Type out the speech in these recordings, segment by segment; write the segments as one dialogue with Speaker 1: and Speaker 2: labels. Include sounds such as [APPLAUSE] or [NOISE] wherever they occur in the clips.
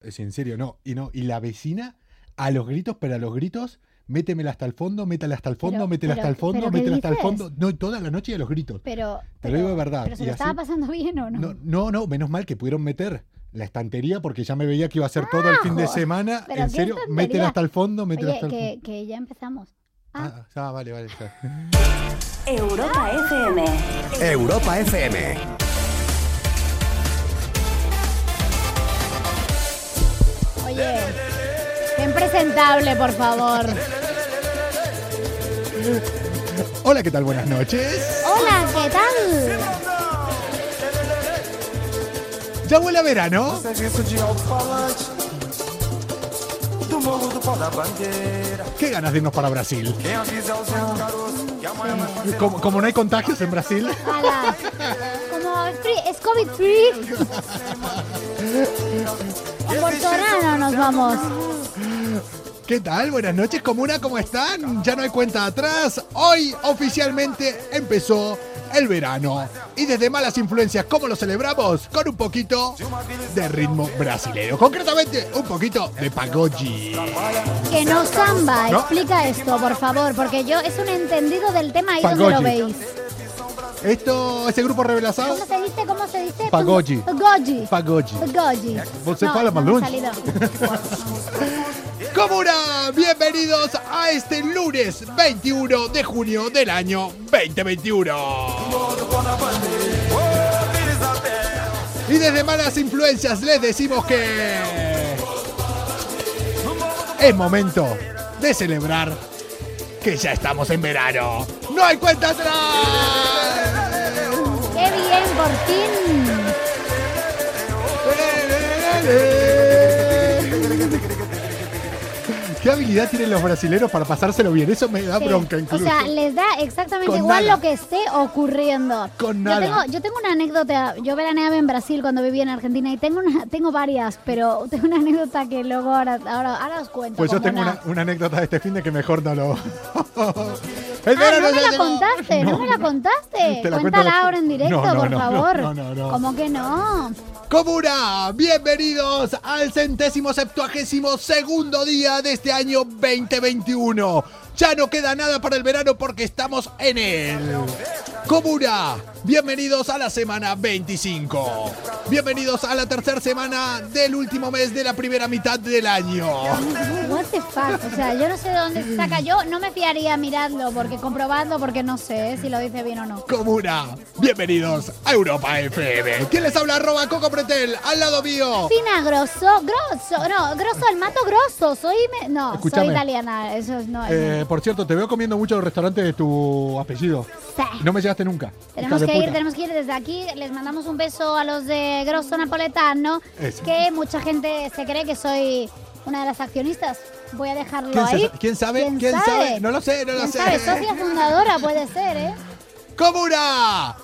Speaker 1: Es en serio, no. Y no, y la vecina, a los gritos, pero a los gritos, métemela hasta el fondo, métela hasta el fondo,
Speaker 2: Pero-
Speaker 1: métela
Speaker 2: pero-
Speaker 1: hasta el fondo,
Speaker 2: ¿pero qué
Speaker 1: métela hasta el
Speaker 2: dices?
Speaker 1: fondo. No, toda la noche y a los gritos.
Speaker 2: Pero,
Speaker 1: Te lo digo de verdad,
Speaker 2: pero se
Speaker 1: y
Speaker 2: lo
Speaker 1: así-
Speaker 2: estaba pasando bien o no.
Speaker 1: No, no, no, menos mal que pudieron meter la estantería porque ya me veía que iba a ser todo el fin de
Speaker 2: Carajo.
Speaker 1: semana.
Speaker 2: Pero
Speaker 1: En
Speaker 2: qué
Speaker 1: serio,
Speaker 2: estantería.
Speaker 1: métela hasta el fondo, métela
Speaker 2: Oye,
Speaker 1: hasta el fondo.
Speaker 2: que, que ya empezamos. Ah,
Speaker 1: Ah, ah, vale, vale. ya.
Speaker 3: Europa FM.
Speaker 4: Europa FM.
Speaker 2: oye, ven presentable, por favor.
Speaker 1: Hola, ¿qué tal? Buenas noches.
Speaker 2: Hola, ¿qué tal?
Speaker 1: Ya huele a verano.
Speaker 5: Serviço de alto-falante Do morro do pau da bandeira
Speaker 1: Qué ganas de irnos para Brasil.
Speaker 5: Quem avisa é o Zé Caroço Que amanhã vai fazer
Speaker 1: Como, como no hay contagios en Brasil,
Speaker 2: Hola. Como es free- es COVID free. A Portorano nos vamos.
Speaker 1: ¿qué tal? Buenas noches, comuna, ¿cómo están? Ya no hay cuenta atrás. Hoy oficialmente empezó el verano. Y desde malas influencias, ¿cómo lo celebramos? Con un poquito de ritmo brasileño. Concretamente, un poquito de pagode.
Speaker 2: Que no samba,
Speaker 1: ¿No?
Speaker 2: explica esto, por favor, porque yo es un entendido del tema ahí donde lo
Speaker 1: Pagode.
Speaker 2: veis.
Speaker 1: Esto, ese grupo revelazado.
Speaker 2: ¿Cómo se dice? ¿Cómo se dice?
Speaker 1: Pagode.
Speaker 2: Pagode.
Speaker 1: Pagode.
Speaker 2: Pagode.
Speaker 1: Você
Speaker 2: No,
Speaker 1: fala
Speaker 2: no me
Speaker 1: malonji.
Speaker 2: salido.
Speaker 1: Comuna, bienvenidos a este lunes 21 de junio del año 2021. Y desde malas influencias les decimos que es momento de celebrar que ya estamos en verano. ¡No hay cuenta atrás!
Speaker 2: ¡Qué bien, por fin!
Speaker 1: [LAUGHS] ¿Qué habilidad tienen los brasileros para pasárselo bien? Eso me da
Speaker 2: Sí.
Speaker 1: bronca
Speaker 2: O
Speaker 1: incluso.
Speaker 2: sea, les da exactamente
Speaker 1: Con
Speaker 2: igual
Speaker 1: nada.
Speaker 2: lo que esté ocurriendo.
Speaker 1: Con
Speaker 2: Yo
Speaker 1: nada.
Speaker 2: tengo- Yo tengo, una anécdota. Yo veraneaba en Brasil cuando vivía en Argentina y tengo una, tengo varias, pero tengo una anécdota que luego ahora, ahora, ahora os cuento.
Speaker 1: Pues yo
Speaker 2: como
Speaker 1: tengo una, una anécdota de este fin de que mejor no [LAUGHS] lo. El
Speaker 2: Ah,
Speaker 1: verano
Speaker 2: no me
Speaker 1: ya
Speaker 2: la
Speaker 1: llegó.
Speaker 2: contaste, no,
Speaker 1: No.
Speaker 2: me la
Speaker 1: Te
Speaker 2: contaste.
Speaker 1: la cuento
Speaker 2: Cuéntala
Speaker 1: después.
Speaker 2: ahora en directo,
Speaker 1: No, no,
Speaker 2: por
Speaker 1: no,
Speaker 2: favor.
Speaker 1: no, no, no.
Speaker 2: ¿Cómo que no?
Speaker 1: Comuna, bienvenidos al centésimo septuagésimo segundo día de este año 2021. Ya no queda nada para el verano porque estamos en él. Comuna, bienvenidos a la semana 25. Bienvenidos a la tercera semana del último mes de la primera mitad del año.
Speaker 2: What the fuck? O sea, yo no sé de dónde se saca. Yo no me fiaría, miradlo, porque comprobadlo, porque no sé eh, si lo dice bien o no.
Speaker 1: Comuna, bienvenidos a Europa FM. ¿Quién les habla? Arroba Coco Pretel, al lado mío.
Speaker 2: Fina, grosso, grosso, no, grosso, el mato grosso, soy, me- no,
Speaker 1: Escúchame.
Speaker 2: soy italiana, eso es- no,
Speaker 1: Eh, por cierto, te veo comiendo mucho en los restaurantes de tu apellido.
Speaker 2: Sí.
Speaker 1: No me llegaste nunca.
Speaker 2: Tenemos
Speaker 1: hija de
Speaker 2: que ir,
Speaker 1: puta.
Speaker 2: tenemos que ir desde aquí. Les mandamos un beso a los de Grosso Napoletano,
Speaker 1: Eso.
Speaker 2: que mucha gente se cree que soy una de las accionistas. Voy a dejarlo
Speaker 1: ¿Quién, se-
Speaker 2: ahí.
Speaker 1: quién sabe? ¿Quién, sabe? No lo sé, no lo
Speaker 2: ¿Quién
Speaker 1: sé.
Speaker 2: sabe? Socia fundadora puede ser, ¿eh?
Speaker 1: ¡Comuna!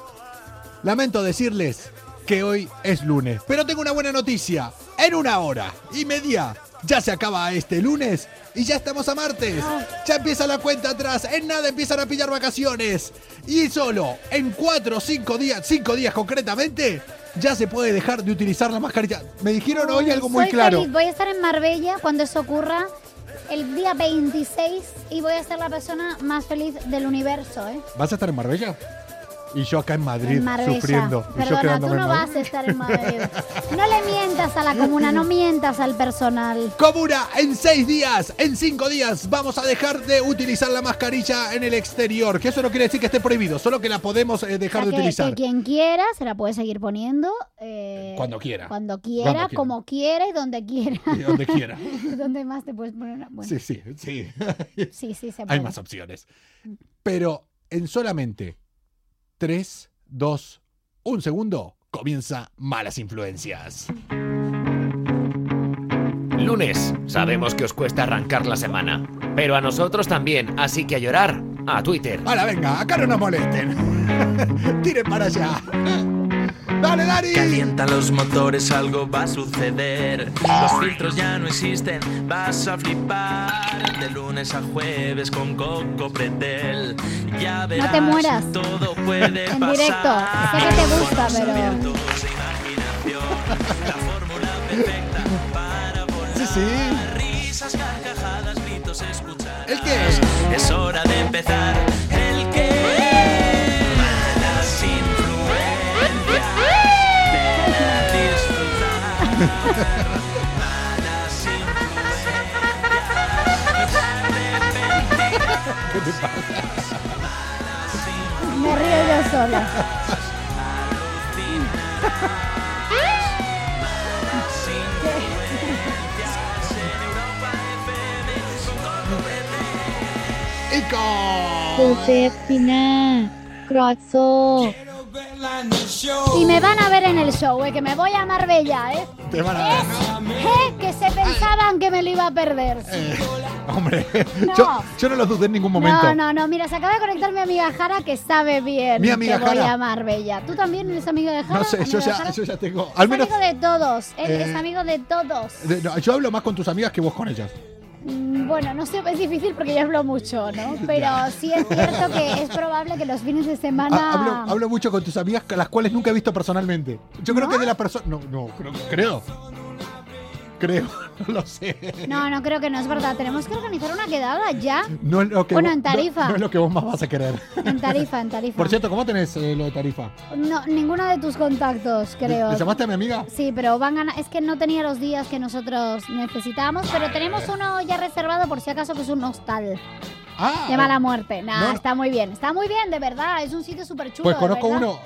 Speaker 1: Lamento decirles que hoy es lunes, pero tengo una buena noticia. En una hora y media ya se acaba este lunes y ya estamos a martes.
Speaker 2: Ah.
Speaker 1: Ya empieza la cuenta atrás, en nada empiezan a pillar vacaciones. Y solo en cuatro o cinco días, cinco días concretamente, ya se puede dejar de utilizar la mascarilla. Me dijeron hoy algo muy
Speaker 2: Soy
Speaker 1: claro.
Speaker 2: feliz. Voy a estar en Marbella cuando eso ocurra el día 26 y voy a ser la persona más feliz del universo, ¿eh?
Speaker 1: ¿Vas a estar en Marbella? Y yo acá en Madrid
Speaker 2: En Marbella.
Speaker 1: sufriendo. Y yo
Speaker 2: Perdona,
Speaker 1: quedándome
Speaker 2: tú
Speaker 1: en
Speaker 2: no
Speaker 1: Madrid.
Speaker 2: vas a estar en Madrid. No le mientas a la comuna, no mientas al personal.
Speaker 1: Comuna, en seis días, en cinco días, vamos a dejar de utilizar la mascarilla en el exterior. Que eso no quiere decir que esté prohibido, solo que la podemos eh,
Speaker 2: O sea,
Speaker 1: dejar de
Speaker 2: que,
Speaker 1: utilizar.
Speaker 2: que quien quiera se la puede seguir poniendo. eh,
Speaker 1: Cuando quiera.
Speaker 2: Cuando quiera,
Speaker 1: Cuando quiera.
Speaker 2: como quiera y donde quiera.
Speaker 1: [LAUGHS]
Speaker 2: [LAUGHS]
Speaker 1: Y donde quiera.
Speaker 2: ¿Dónde más te puedes poner? una- Bueno,
Speaker 1: Sí, sí, sí.
Speaker 2: sí, sí, se puede.
Speaker 1: Hay más opciones. Pero en solamente 3, 2, 1 segundo, comienza Malas Influencias.
Speaker 6: Lunes, sabemos que os cuesta arrancar la semana, pero a nosotros también, así que a llorar, a Twitter.
Speaker 1: Ahora venga, acá no nos molesten. [LAUGHS] Tiren para allá. Dale, Dani.
Speaker 7: Calienta los motores, algo va a suceder. Los filtros ya no existen, vas a flipar. De lunes a jueves con Coco Pretel. Ya verás,
Speaker 2: te mueras.
Speaker 7: Todo puede
Speaker 2: En
Speaker 7: pasar.
Speaker 2: directo. Sé que te gusta,
Speaker 7: Ojos
Speaker 2: pero-
Speaker 7: abiertos, imaginación. La fórmula perfecta para
Speaker 1: sí.
Speaker 7: Risas, carcajadas, gritos, escuchar.
Speaker 1: ¿El qué es?
Speaker 7: Es hora de empezar el que malas influencias ven a disfrutar. Malas influencias no se arrepentirán.
Speaker 2: Me río yo sola.
Speaker 1: Y con-
Speaker 8: ซูเซฟติน่ากรอดโซ่
Speaker 2: Y me van a ver en el show, eh, que me voy a Marbella, ¿eh?
Speaker 1: Te van a ver, ¿no?
Speaker 2: ¿Eh? Que se pensaban que me lo iba a perder.
Speaker 1: Eh, [LAUGHS] hombre,
Speaker 2: No.
Speaker 1: Yo, yo no lo dudé en ningún momento.
Speaker 2: No, no, no, mira, se acaba de conectar mi amiga Jara que sabe bien
Speaker 1: Mi amiga
Speaker 2: que voy
Speaker 1: Jara.
Speaker 2: a Marbella. ¿Tú también eres amiga de Jara?
Speaker 1: No sé, yo
Speaker 2: ¿Amiga de Jara?
Speaker 1: ya, yo ya tengo.
Speaker 2: Es
Speaker 1: Al menos.
Speaker 2: amigo de todos, él es
Speaker 1: Eh,
Speaker 2: amigo de todos.
Speaker 1: de- no, yo hablo más con tus amigas que vos con ellas.
Speaker 2: Mm, Bueno, no sé, es difícil porque yo hablo
Speaker 1: [LAUGHS]
Speaker 2: mucho, ¿no? Pero sí es cierto que es probable que los fines de
Speaker 1: Ha-
Speaker 2: semana...
Speaker 1: Ah, hablo, hablo mucho con tus amigas, a las cuales nunca he visto personalmente. Yo creo que de la persona. No, no, creo. Creo. Creo, [LAUGHS] no lo sé.
Speaker 2: No, no creo que no es verdad. Tenemos que organizar una quedada ya.
Speaker 1: No es lo que
Speaker 2: Bueno,
Speaker 1: vos-
Speaker 2: en
Speaker 1: no-
Speaker 2: Tarifa.
Speaker 1: No, es lo que vos más vas a querer.
Speaker 2: En Tarifa, en Tarifa.
Speaker 1: Por cierto, ¿cómo tenés eh, lo de Tarifa?
Speaker 2: No, ninguno de tus contactos, creo.
Speaker 1: ¿Le, le llamaste a mi amiga?
Speaker 2: Sí, pero van a... Es que no tenía los días que nosotros necesitábamos, pero tenemos uno ya reservado por si acaso que es un hostal
Speaker 1: Ah,
Speaker 2: de mala muerte. Nah,
Speaker 1: No.
Speaker 2: está muy bien. Está muy bien, de verdad. Es un sitio súper chulo.
Speaker 1: Pues conozco uno.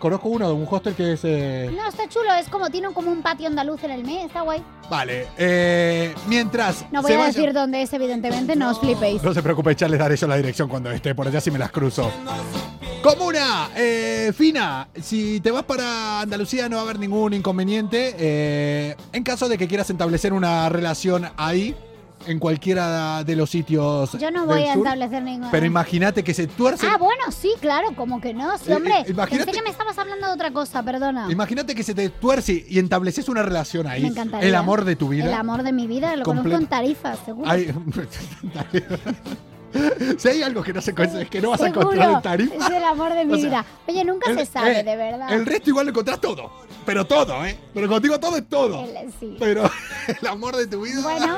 Speaker 1: Conozco uno de un hostel que es. eh,
Speaker 2: No, está chulo. Es como, tiene como un patio andaluz en el mes. Está guay.
Speaker 1: Vale, eh, mientras.
Speaker 2: No voy
Speaker 1: se
Speaker 2: a
Speaker 1: vayan-
Speaker 2: decir dónde es, evidentemente, no os flipéis.
Speaker 1: No se preocupe, ya les daré yo la dirección cuando esté por allá si me las cruzo. Comuna, eh, Fina, si te vas para Andalucía no va a haber ningún inconveniente. eh, en caso de que quieras establecer una relación ahí, en cualquiera de los sitios.
Speaker 2: Yo no
Speaker 1: del
Speaker 2: voy a
Speaker 1: sur,
Speaker 2: establecer ningún.
Speaker 1: Pero imagínate que se tuerce.
Speaker 2: Ah, bueno, sí, claro, como que no, sí,
Speaker 1: Eh,
Speaker 2: hombre.
Speaker 1: eh, imagínate-
Speaker 2: Pensé que me estabas hablando de otra cosa, perdona.
Speaker 1: Imagínate que se te tuerce y estableces una relación ahí.
Speaker 2: Me encantaría.
Speaker 1: El amor de tu vida.
Speaker 2: El amor de mi vida, lo
Speaker 1: Comple-
Speaker 2: conozco en tarifas, seguro.
Speaker 1: Ay, [LAUGHS] si hay algo que no se consigue, es que no vas a encontrar
Speaker 2: Seguro,
Speaker 1: en tarifa.
Speaker 2: Es el amor de mi
Speaker 1: O sea,
Speaker 2: vida. Oye, nunca se
Speaker 1: El-
Speaker 2: sabe,
Speaker 1: eh,
Speaker 2: de verdad.
Speaker 1: El resto igual lo encontrás todo. Pero todo, ¿eh? Pero contigo todo es todo.
Speaker 2: El- sí.
Speaker 1: Pero [LAUGHS] el amor de tu vida.
Speaker 2: Bueno,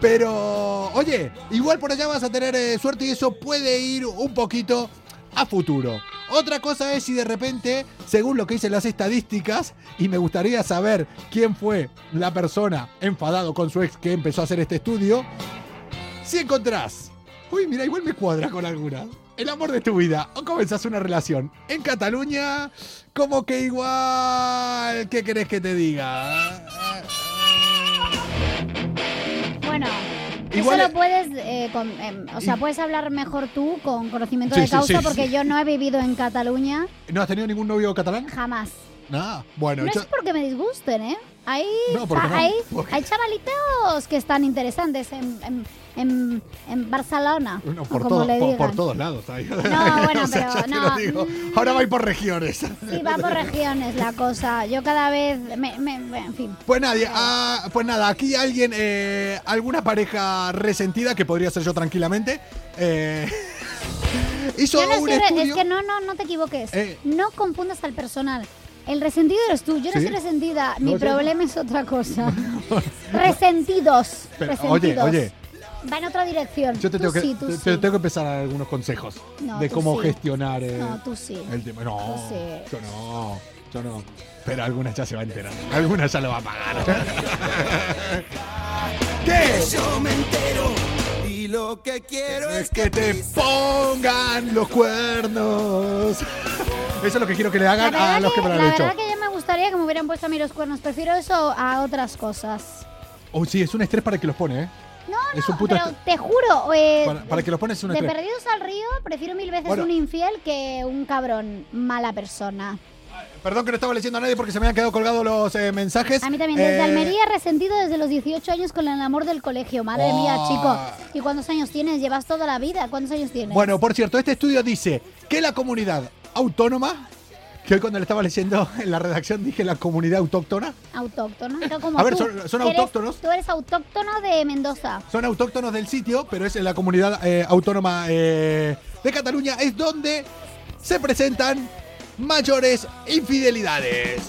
Speaker 1: Pero, oye, igual por allá vas a tener eh, suerte y eso puede ir un poquito a futuro. Otra cosa es si de repente, según lo que dicen las estadísticas, y me gustaría saber quién fue la persona enfadado con su ex que empezó a hacer este estudio, si encontrás, uy, mira, igual me cuadra con alguna, el amor de tu vida, o comenzás una relación en Cataluña, como que igual, ¿qué querés que te diga?
Speaker 2: bueno.
Speaker 1: Igual
Speaker 2: eso
Speaker 1: es-
Speaker 2: lo puedes, eh, con- em, o sea,
Speaker 1: Y-
Speaker 2: puedes hablar mejor tú con conocimiento
Speaker 1: Sí,
Speaker 2: de
Speaker 1: sí,
Speaker 2: causa
Speaker 1: sí, sí.
Speaker 2: porque yo no he vivido en Cataluña
Speaker 1: ¿No has tenido ningún novio catalán?
Speaker 2: jamás.
Speaker 1: Nada. Bueno,
Speaker 2: No
Speaker 1: yo-
Speaker 2: es porque me disgusten, ¿eh? Hay,
Speaker 1: No, ¿por qué no?
Speaker 2: hay,
Speaker 1: ¿Por qué?
Speaker 2: hay chavalitos que están interesantes en, en, en, en Barcelona.
Speaker 1: Uno
Speaker 2: o
Speaker 1: por,
Speaker 2: como
Speaker 1: todo-
Speaker 2: le
Speaker 1: por,
Speaker 2: digan.
Speaker 1: por todos lados. ahí. [LAUGHS]
Speaker 2: bueno, pero
Speaker 1: ya te
Speaker 2: no,
Speaker 1: lo digo.
Speaker 2: mm.
Speaker 1: Ahora voy por
Speaker 2: [LAUGHS]
Speaker 1: regiones.
Speaker 2: Sí, va por regiones la cosa. Yo cada vez. Me, me- me- en fin.
Speaker 1: Pues, nadie, ah, pues nada, aquí alguien, eh, alguna pareja resentida, que podría ser yo tranquilamente, eh, [LAUGHS] hizo
Speaker 2: Yo no
Speaker 1: un
Speaker 2: soy re-
Speaker 1: estudio.
Speaker 2: es que no, no, no te equivoques.
Speaker 1: Eh.
Speaker 2: No confundas al personal. El resentido eres tú. Yo no
Speaker 1: Sí.
Speaker 2: soy resentida. Mi
Speaker 1: No, yo-
Speaker 2: problema es
Speaker 1: [LAUGHS]
Speaker 2: otra cosa. resentidos.
Speaker 1: Pero, oye,
Speaker 2: resentidos.
Speaker 1: oye.
Speaker 2: Va en otra dirección.
Speaker 1: Yo te,
Speaker 2: Tú
Speaker 1: tengo que,
Speaker 2: sí, tú
Speaker 1: te-
Speaker 2: sí.
Speaker 1: te tengo que empezar a dar algunos consejos
Speaker 2: No,
Speaker 1: de
Speaker 2: tú
Speaker 1: cómo
Speaker 2: sí.
Speaker 1: gestionar eh,
Speaker 2: No, tú sí.
Speaker 1: el tema. No,
Speaker 2: Tú sí.
Speaker 1: yo no, yo no. Pero algunas ya se va a enterar. Algunas ya lo va a pagar. [LAUGHS] ¿Qué?
Speaker 5: Yo me entero y lo que quiero
Speaker 1: Es que te pongan los cuernos. Eso es lo que quiero que le
Speaker 2: La
Speaker 1: hagan
Speaker 2: verdad,
Speaker 1: a los que
Speaker 2: que,
Speaker 1: me lo
Speaker 2: la
Speaker 1: han hecho.
Speaker 2: verdad que ya me gustaría que me hubieran puesto a mí los cuernos. Prefiero eso a otras cosas.
Speaker 1: Oh, sí, es un estrés para el que los pone, ¿eh?
Speaker 2: No, no,
Speaker 1: Es un puto
Speaker 2: pero
Speaker 1: estrés.
Speaker 2: te juro. eh,
Speaker 1: Para, para que los pones es un
Speaker 2: de
Speaker 1: estrés.
Speaker 2: perdidos al río, prefiero mil veces
Speaker 1: Bueno.
Speaker 2: un infiel que un cabrón, mala persona.
Speaker 1: Perdón que no estaba leyendo a nadie porque se me han quedado colgados los eh, mensajes.
Speaker 2: A mí también, desde
Speaker 1: Eh,
Speaker 2: Almería, resentido desde los 18 años con el amor del colegio. Madre
Speaker 1: Oh.
Speaker 2: mía, chico. ¿Y cuántos años tienes? Llevas toda la vida. ¿Cuántos años tienes?
Speaker 1: Bueno, por cierto, este estudio dice que la comunidad autónoma, que hoy cuando le estaba leyendo en la redacción dije la comunidad autóctona, [LAUGHS]
Speaker 2: Autóctono. Yo como
Speaker 1: A ver,
Speaker 2: tú,
Speaker 1: son- son
Speaker 2: que eres-
Speaker 1: autóctonos.
Speaker 2: Tú eres autóctono de Mendoza.
Speaker 1: son autóctonos del sitio, pero es en la comunidad eh, autónoma eh, de Cataluña, es donde se presentan mayores infidelidades.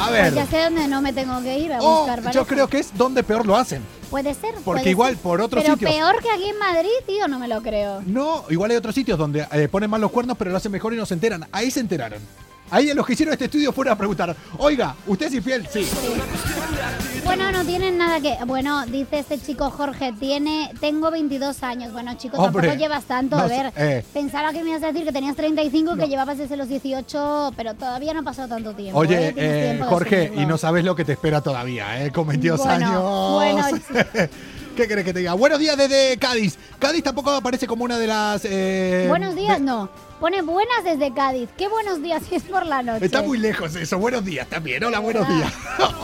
Speaker 1: A
Speaker 2: Pues
Speaker 1: ver.
Speaker 2: ya sé dónde no me tengo que ir a
Speaker 1: O
Speaker 2: buscar pareja.
Speaker 1: Oh, yo creo que es donde peor lo hacen.
Speaker 2: Puede ser.
Speaker 1: Porque
Speaker 2: puede
Speaker 1: igual
Speaker 2: ser.
Speaker 1: por otros
Speaker 2: Pero
Speaker 1: sitios-
Speaker 2: peor que aquí en Madrid, tío, no me lo creo.
Speaker 1: No, igual hay otros sitios donde eh, ponen mal los cuernos, pero lo hacen mejor y no se enteran. Ahí se enteraron. Ahí los que hicieron este estudio fueron a preguntar, oiga, ¿usted es infiel? Sí.
Speaker 2: Bueno, no tienen nada que. Bueno, dice este chico Jorge, tiene, tengo 22 años. Bueno, chicos,
Speaker 1: Hombre,
Speaker 2: tampoco llevas tanto.
Speaker 1: no
Speaker 2: a
Speaker 1: sé,
Speaker 2: ver,
Speaker 1: eh.
Speaker 2: pensaba que me ibas a decir que tenías 35, que llevabas desde los 18, pero todavía no ha pasado tanto tiempo.
Speaker 1: Oye,
Speaker 2: ¿eh? Tienes
Speaker 1: eh,
Speaker 2: tiempo de
Speaker 1: Jorge,
Speaker 2: asumirlo.
Speaker 1: y no sabes lo que te espera todavía, ¿eh? Con 22
Speaker 2: Bueno,
Speaker 1: años.
Speaker 2: bueno,
Speaker 1: [LAUGHS] ¿Qué querés que te diga? Buenos días desde Cádiz. Cádiz tampoco aparece como una de las... eh,
Speaker 2: Buenos días,
Speaker 1: de-
Speaker 2: no. Pone buenas desde Cádiz. ¿Qué buenos días [LAUGHS] si es por la noche?
Speaker 1: Está muy lejos eso. Buenos días también. Hola, buenos
Speaker 2: Ah.
Speaker 1: días.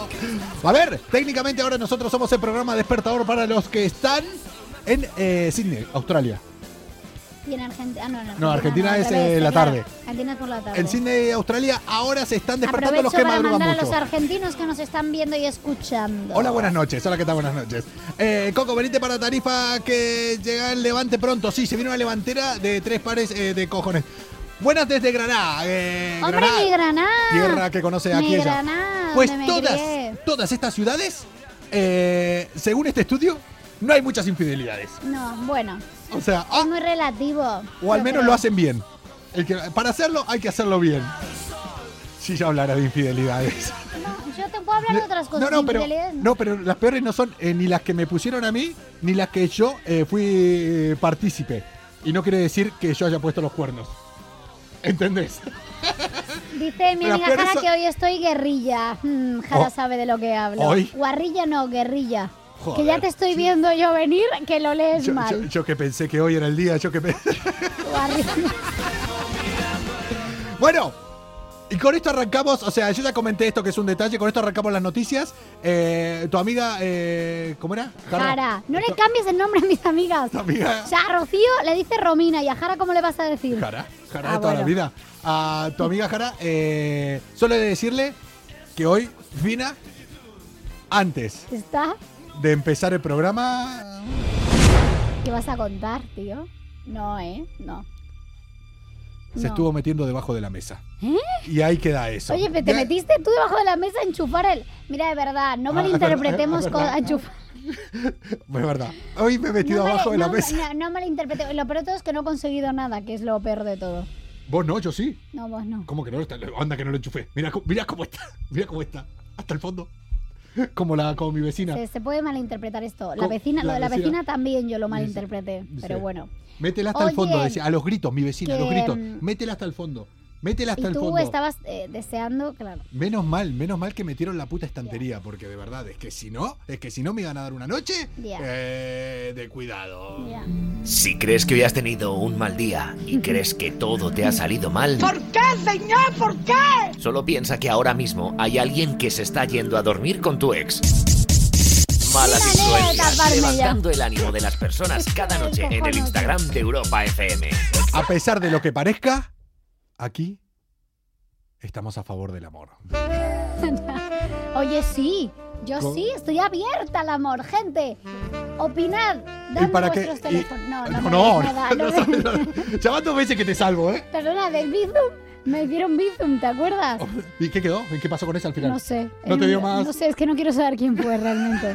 Speaker 1: [LAUGHS] A ver, técnicamente ahora nosotros somos el programa despertador para los que están en eh, Sydney, Australia.
Speaker 2: Y en Argentina. Ah, no, en Argentina.
Speaker 1: No, Argentina
Speaker 2: al
Speaker 1: es,
Speaker 2: revés,
Speaker 1: eh, la
Speaker 2: claro.
Speaker 1: tarde.
Speaker 2: Argentina es por la tarde.
Speaker 1: En Sydney, Australia, ahora se están despertando
Speaker 2: Aprovecho
Speaker 1: los que
Speaker 2: para
Speaker 1: madrugan
Speaker 2: mandar a
Speaker 1: mucho.
Speaker 2: los argentinos que nos están viendo y escuchando.
Speaker 1: Hola, buenas noches. Hola, ¿qué tal? Buenas noches. Eh, Coco, venite para Tarifa que llega el levante pronto. Sí, se viene una levantera de tres pares eh, de cojones. Buenas desde Granada. eh,
Speaker 2: Hombre, mi Granada.
Speaker 1: Tierra que conoce aquí
Speaker 2: Mi
Speaker 1: ella.
Speaker 2: Granada,
Speaker 1: pues
Speaker 2: donde me
Speaker 1: todas,
Speaker 2: crié.
Speaker 1: todas estas ciudades, eh, según este estudio, no hay muchas infidelidades.
Speaker 2: No, bueno,
Speaker 1: O sea, ah,
Speaker 2: es muy relativo.
Speaker 1: o al
Speaker 2: yo
Speaker 1: menos
Speaker 2: creo.
Speaker 1: lo hacen bien. El que, para hacerlo hay que hacerlo bien. Si yo hablara de infidelidades.
Speaker 2: No, yo te puedo hablar de otras cosas.
Speaker 1: No, no, pero,
Speaker 2: infidelidades,
Speaker 1: no, pero las peores no son eh, ni las que me pusieron a mí, ni las que yo eh, fui eh, partícipe. Y no quiere decir que yo haya puesto los cuernos. ¿Entendés?
Speaker 2: Dice mi
Speaker 1: Las
Speaker 2: amiga
Speaker 1: peores
Speaker 2: Jara
Speaker 1: son-
Speaker 2: que hoy estoy guerrilla. Mm, Jara
Speaker 1: Oh.
Speaker 2: sabe de lo que hablo.
Speaker 1: Hoy.
Speaker 2: Guarrilla no, guerrilla. Que
Speaker 1: Joder.
Speaker 2: ya te estoy viendo yo venir, que lo lees
Speaker 1: Yo,
Speaker 2: mal.
Speaker 1: yo- yo que pensé que hoy era el día, yo que pensé...
Speaker 2: Guarrilla.
Speaker 1: [LAUGHS] Bueno, y con esto arrancamos, o sea, yo ya comenté esto que es un detalle, con esto arrancamos las noticias. Eh, tu amiga, eh, ¿cómo era?
Speaker 2: Jara, no le
Speaker 1: Tu-
Speaker 2: cambies el nombre a mis amigas.
Speaker 1: Tu amiga-
Speaker 2: O sea, a Rocío le dice Romina y a Jara, ¿cómo le vas a decir?
Speaker 1: Jara, Jara
Speaker 2: Ah,
Speaker 1: de toda la
Speaker 2: bueno.
Speaker 1: vida. A tu amiga Jara, eh, solo he de decirle que hoy, Fina, antes
Speaker 2: ¿Está?
Speaker 1: de empezar el programa...
Speaker 2: ¿Qué vas a contar, tío? No, ¿eh? No.
Speaker 1: Se
Speaker 2: No. ¿Eh?
Speaker 1: estuvo metiendo debajo de la mesa. Y ahí queda eso.
Speaker 2: Oye, pero te
Speaker 1: Ya-
Speaker 2: metiste tú debajo de la mesa a enchufar el... Mira, de verdad, no
Speaker 1: Ah, [LAUGHS]
Speaker 2: malinterpretemos
Speaker 1: es verdad, es verdad.
Speaker 2: cosas... A enchufar...
Speaker 1: [LAUGHS] Es verdad. Hoy me he [LAUGHS] metido
Speaker 2: no male-
Speaker 1: abajo de la
Speaker 2: no-
Speaker 1: mesa.
Speaker 2: No, no malinterpretemos. Lo peor de todo es que no he conseguido nada, que es lo peor de todo.
Speaker 1: Vos no, yo sí.
Speaker 2: No, vos no.
Speaker 1: ¿Cómo que no? Está- Anda que no lo enchufé. Mira, mira cómo está. [LAUGHS] Mira cómo está. Hasta el fondo. [LAUGHS] Como la como mi vecina.
Speaker 2: Se, se puede malinterpretar esto. La
Speaker 1: Co-
Speaker 2: vecina,
Speaker 1: la
Speaker 2: lo de la
Speaker 1: vecina-
Speaker 2: vecina también yo lo malinterpreté,
Speaker 1: Sí.
Speaker 2: pero bueno.
Speaker 1: Métela hasta el
Speaker 2: Oye,
Speaker 1: fondo, decía. A los gritos, mi vecina, a los
Speaker 2: que,
Speaker 1: gritos.
Speaker 2: mm,
Speaker 1: Métela hasta el fondo. Métela hasta
Speaker 2: y
Speaker 1: el
Speaker 2: tú
Speaker 1: fondo.
Speaker 2: estabas eh, deseando, claro.
Speaker 1: Menos mal, menos mal que metieron la puta estantería, porque de verdad, es que si no, es que si no me iban a dar una noche
Speaker 2: Ya.
Speaker 1: eh, de cuidado.
Speaker 2: ya.
Speaker 6: Si crees que hoy has tenido un mal día y crees que todo te ha salido mal... ¿Por qué, señor? ¿Por qué? Solo piensa que ahora mismo hay alguien que se está yendo a dormir con tu ex. Malas
Speaker 2: Qué manera de
Speaker 6: influencias,
Speaker 2: taparme ya.
Speaker 6: levantando el ánimo de las personas cada
Speaker 2: Ay,
Speaker 6: noche en el
Speaker 2: cojones.
Speaker 6: Instagram de Europa FM.
Speaker 1: A pesar de lo que parezca, aquí estamos a favor del amor.
Speaker 2: Oye, sí, yo
Speaker 1: Co-
Speaker 2: sí, estoy abierta al amor, gente. Opinad, dadme vuestros
Speaker 1: y-
Speaker 2: teléfonos. No, no,
Speaker 1: no,
Speaker 2: me deis nada, no
Speaker 1: no,
Speaker 2: me-
Speaker 1: no, no. Ya van dos veces que te salvo, ¿eh?
Speaker 2: Perdona, del Bizum, me dieron Bizum, ¿te acuerdas?
Speaker 1: ¿Y qué quedó? ¿Qué pasó con esa al final?
Speaker 2: No sé.
Speaker 1: No
Speaker 2: eh,
Speaker 1: te dio más.
Speaker 2: No sé, es que no quiero saber quién fue
Speaker 1: [LAUGHS]
Speaker 2: realmente.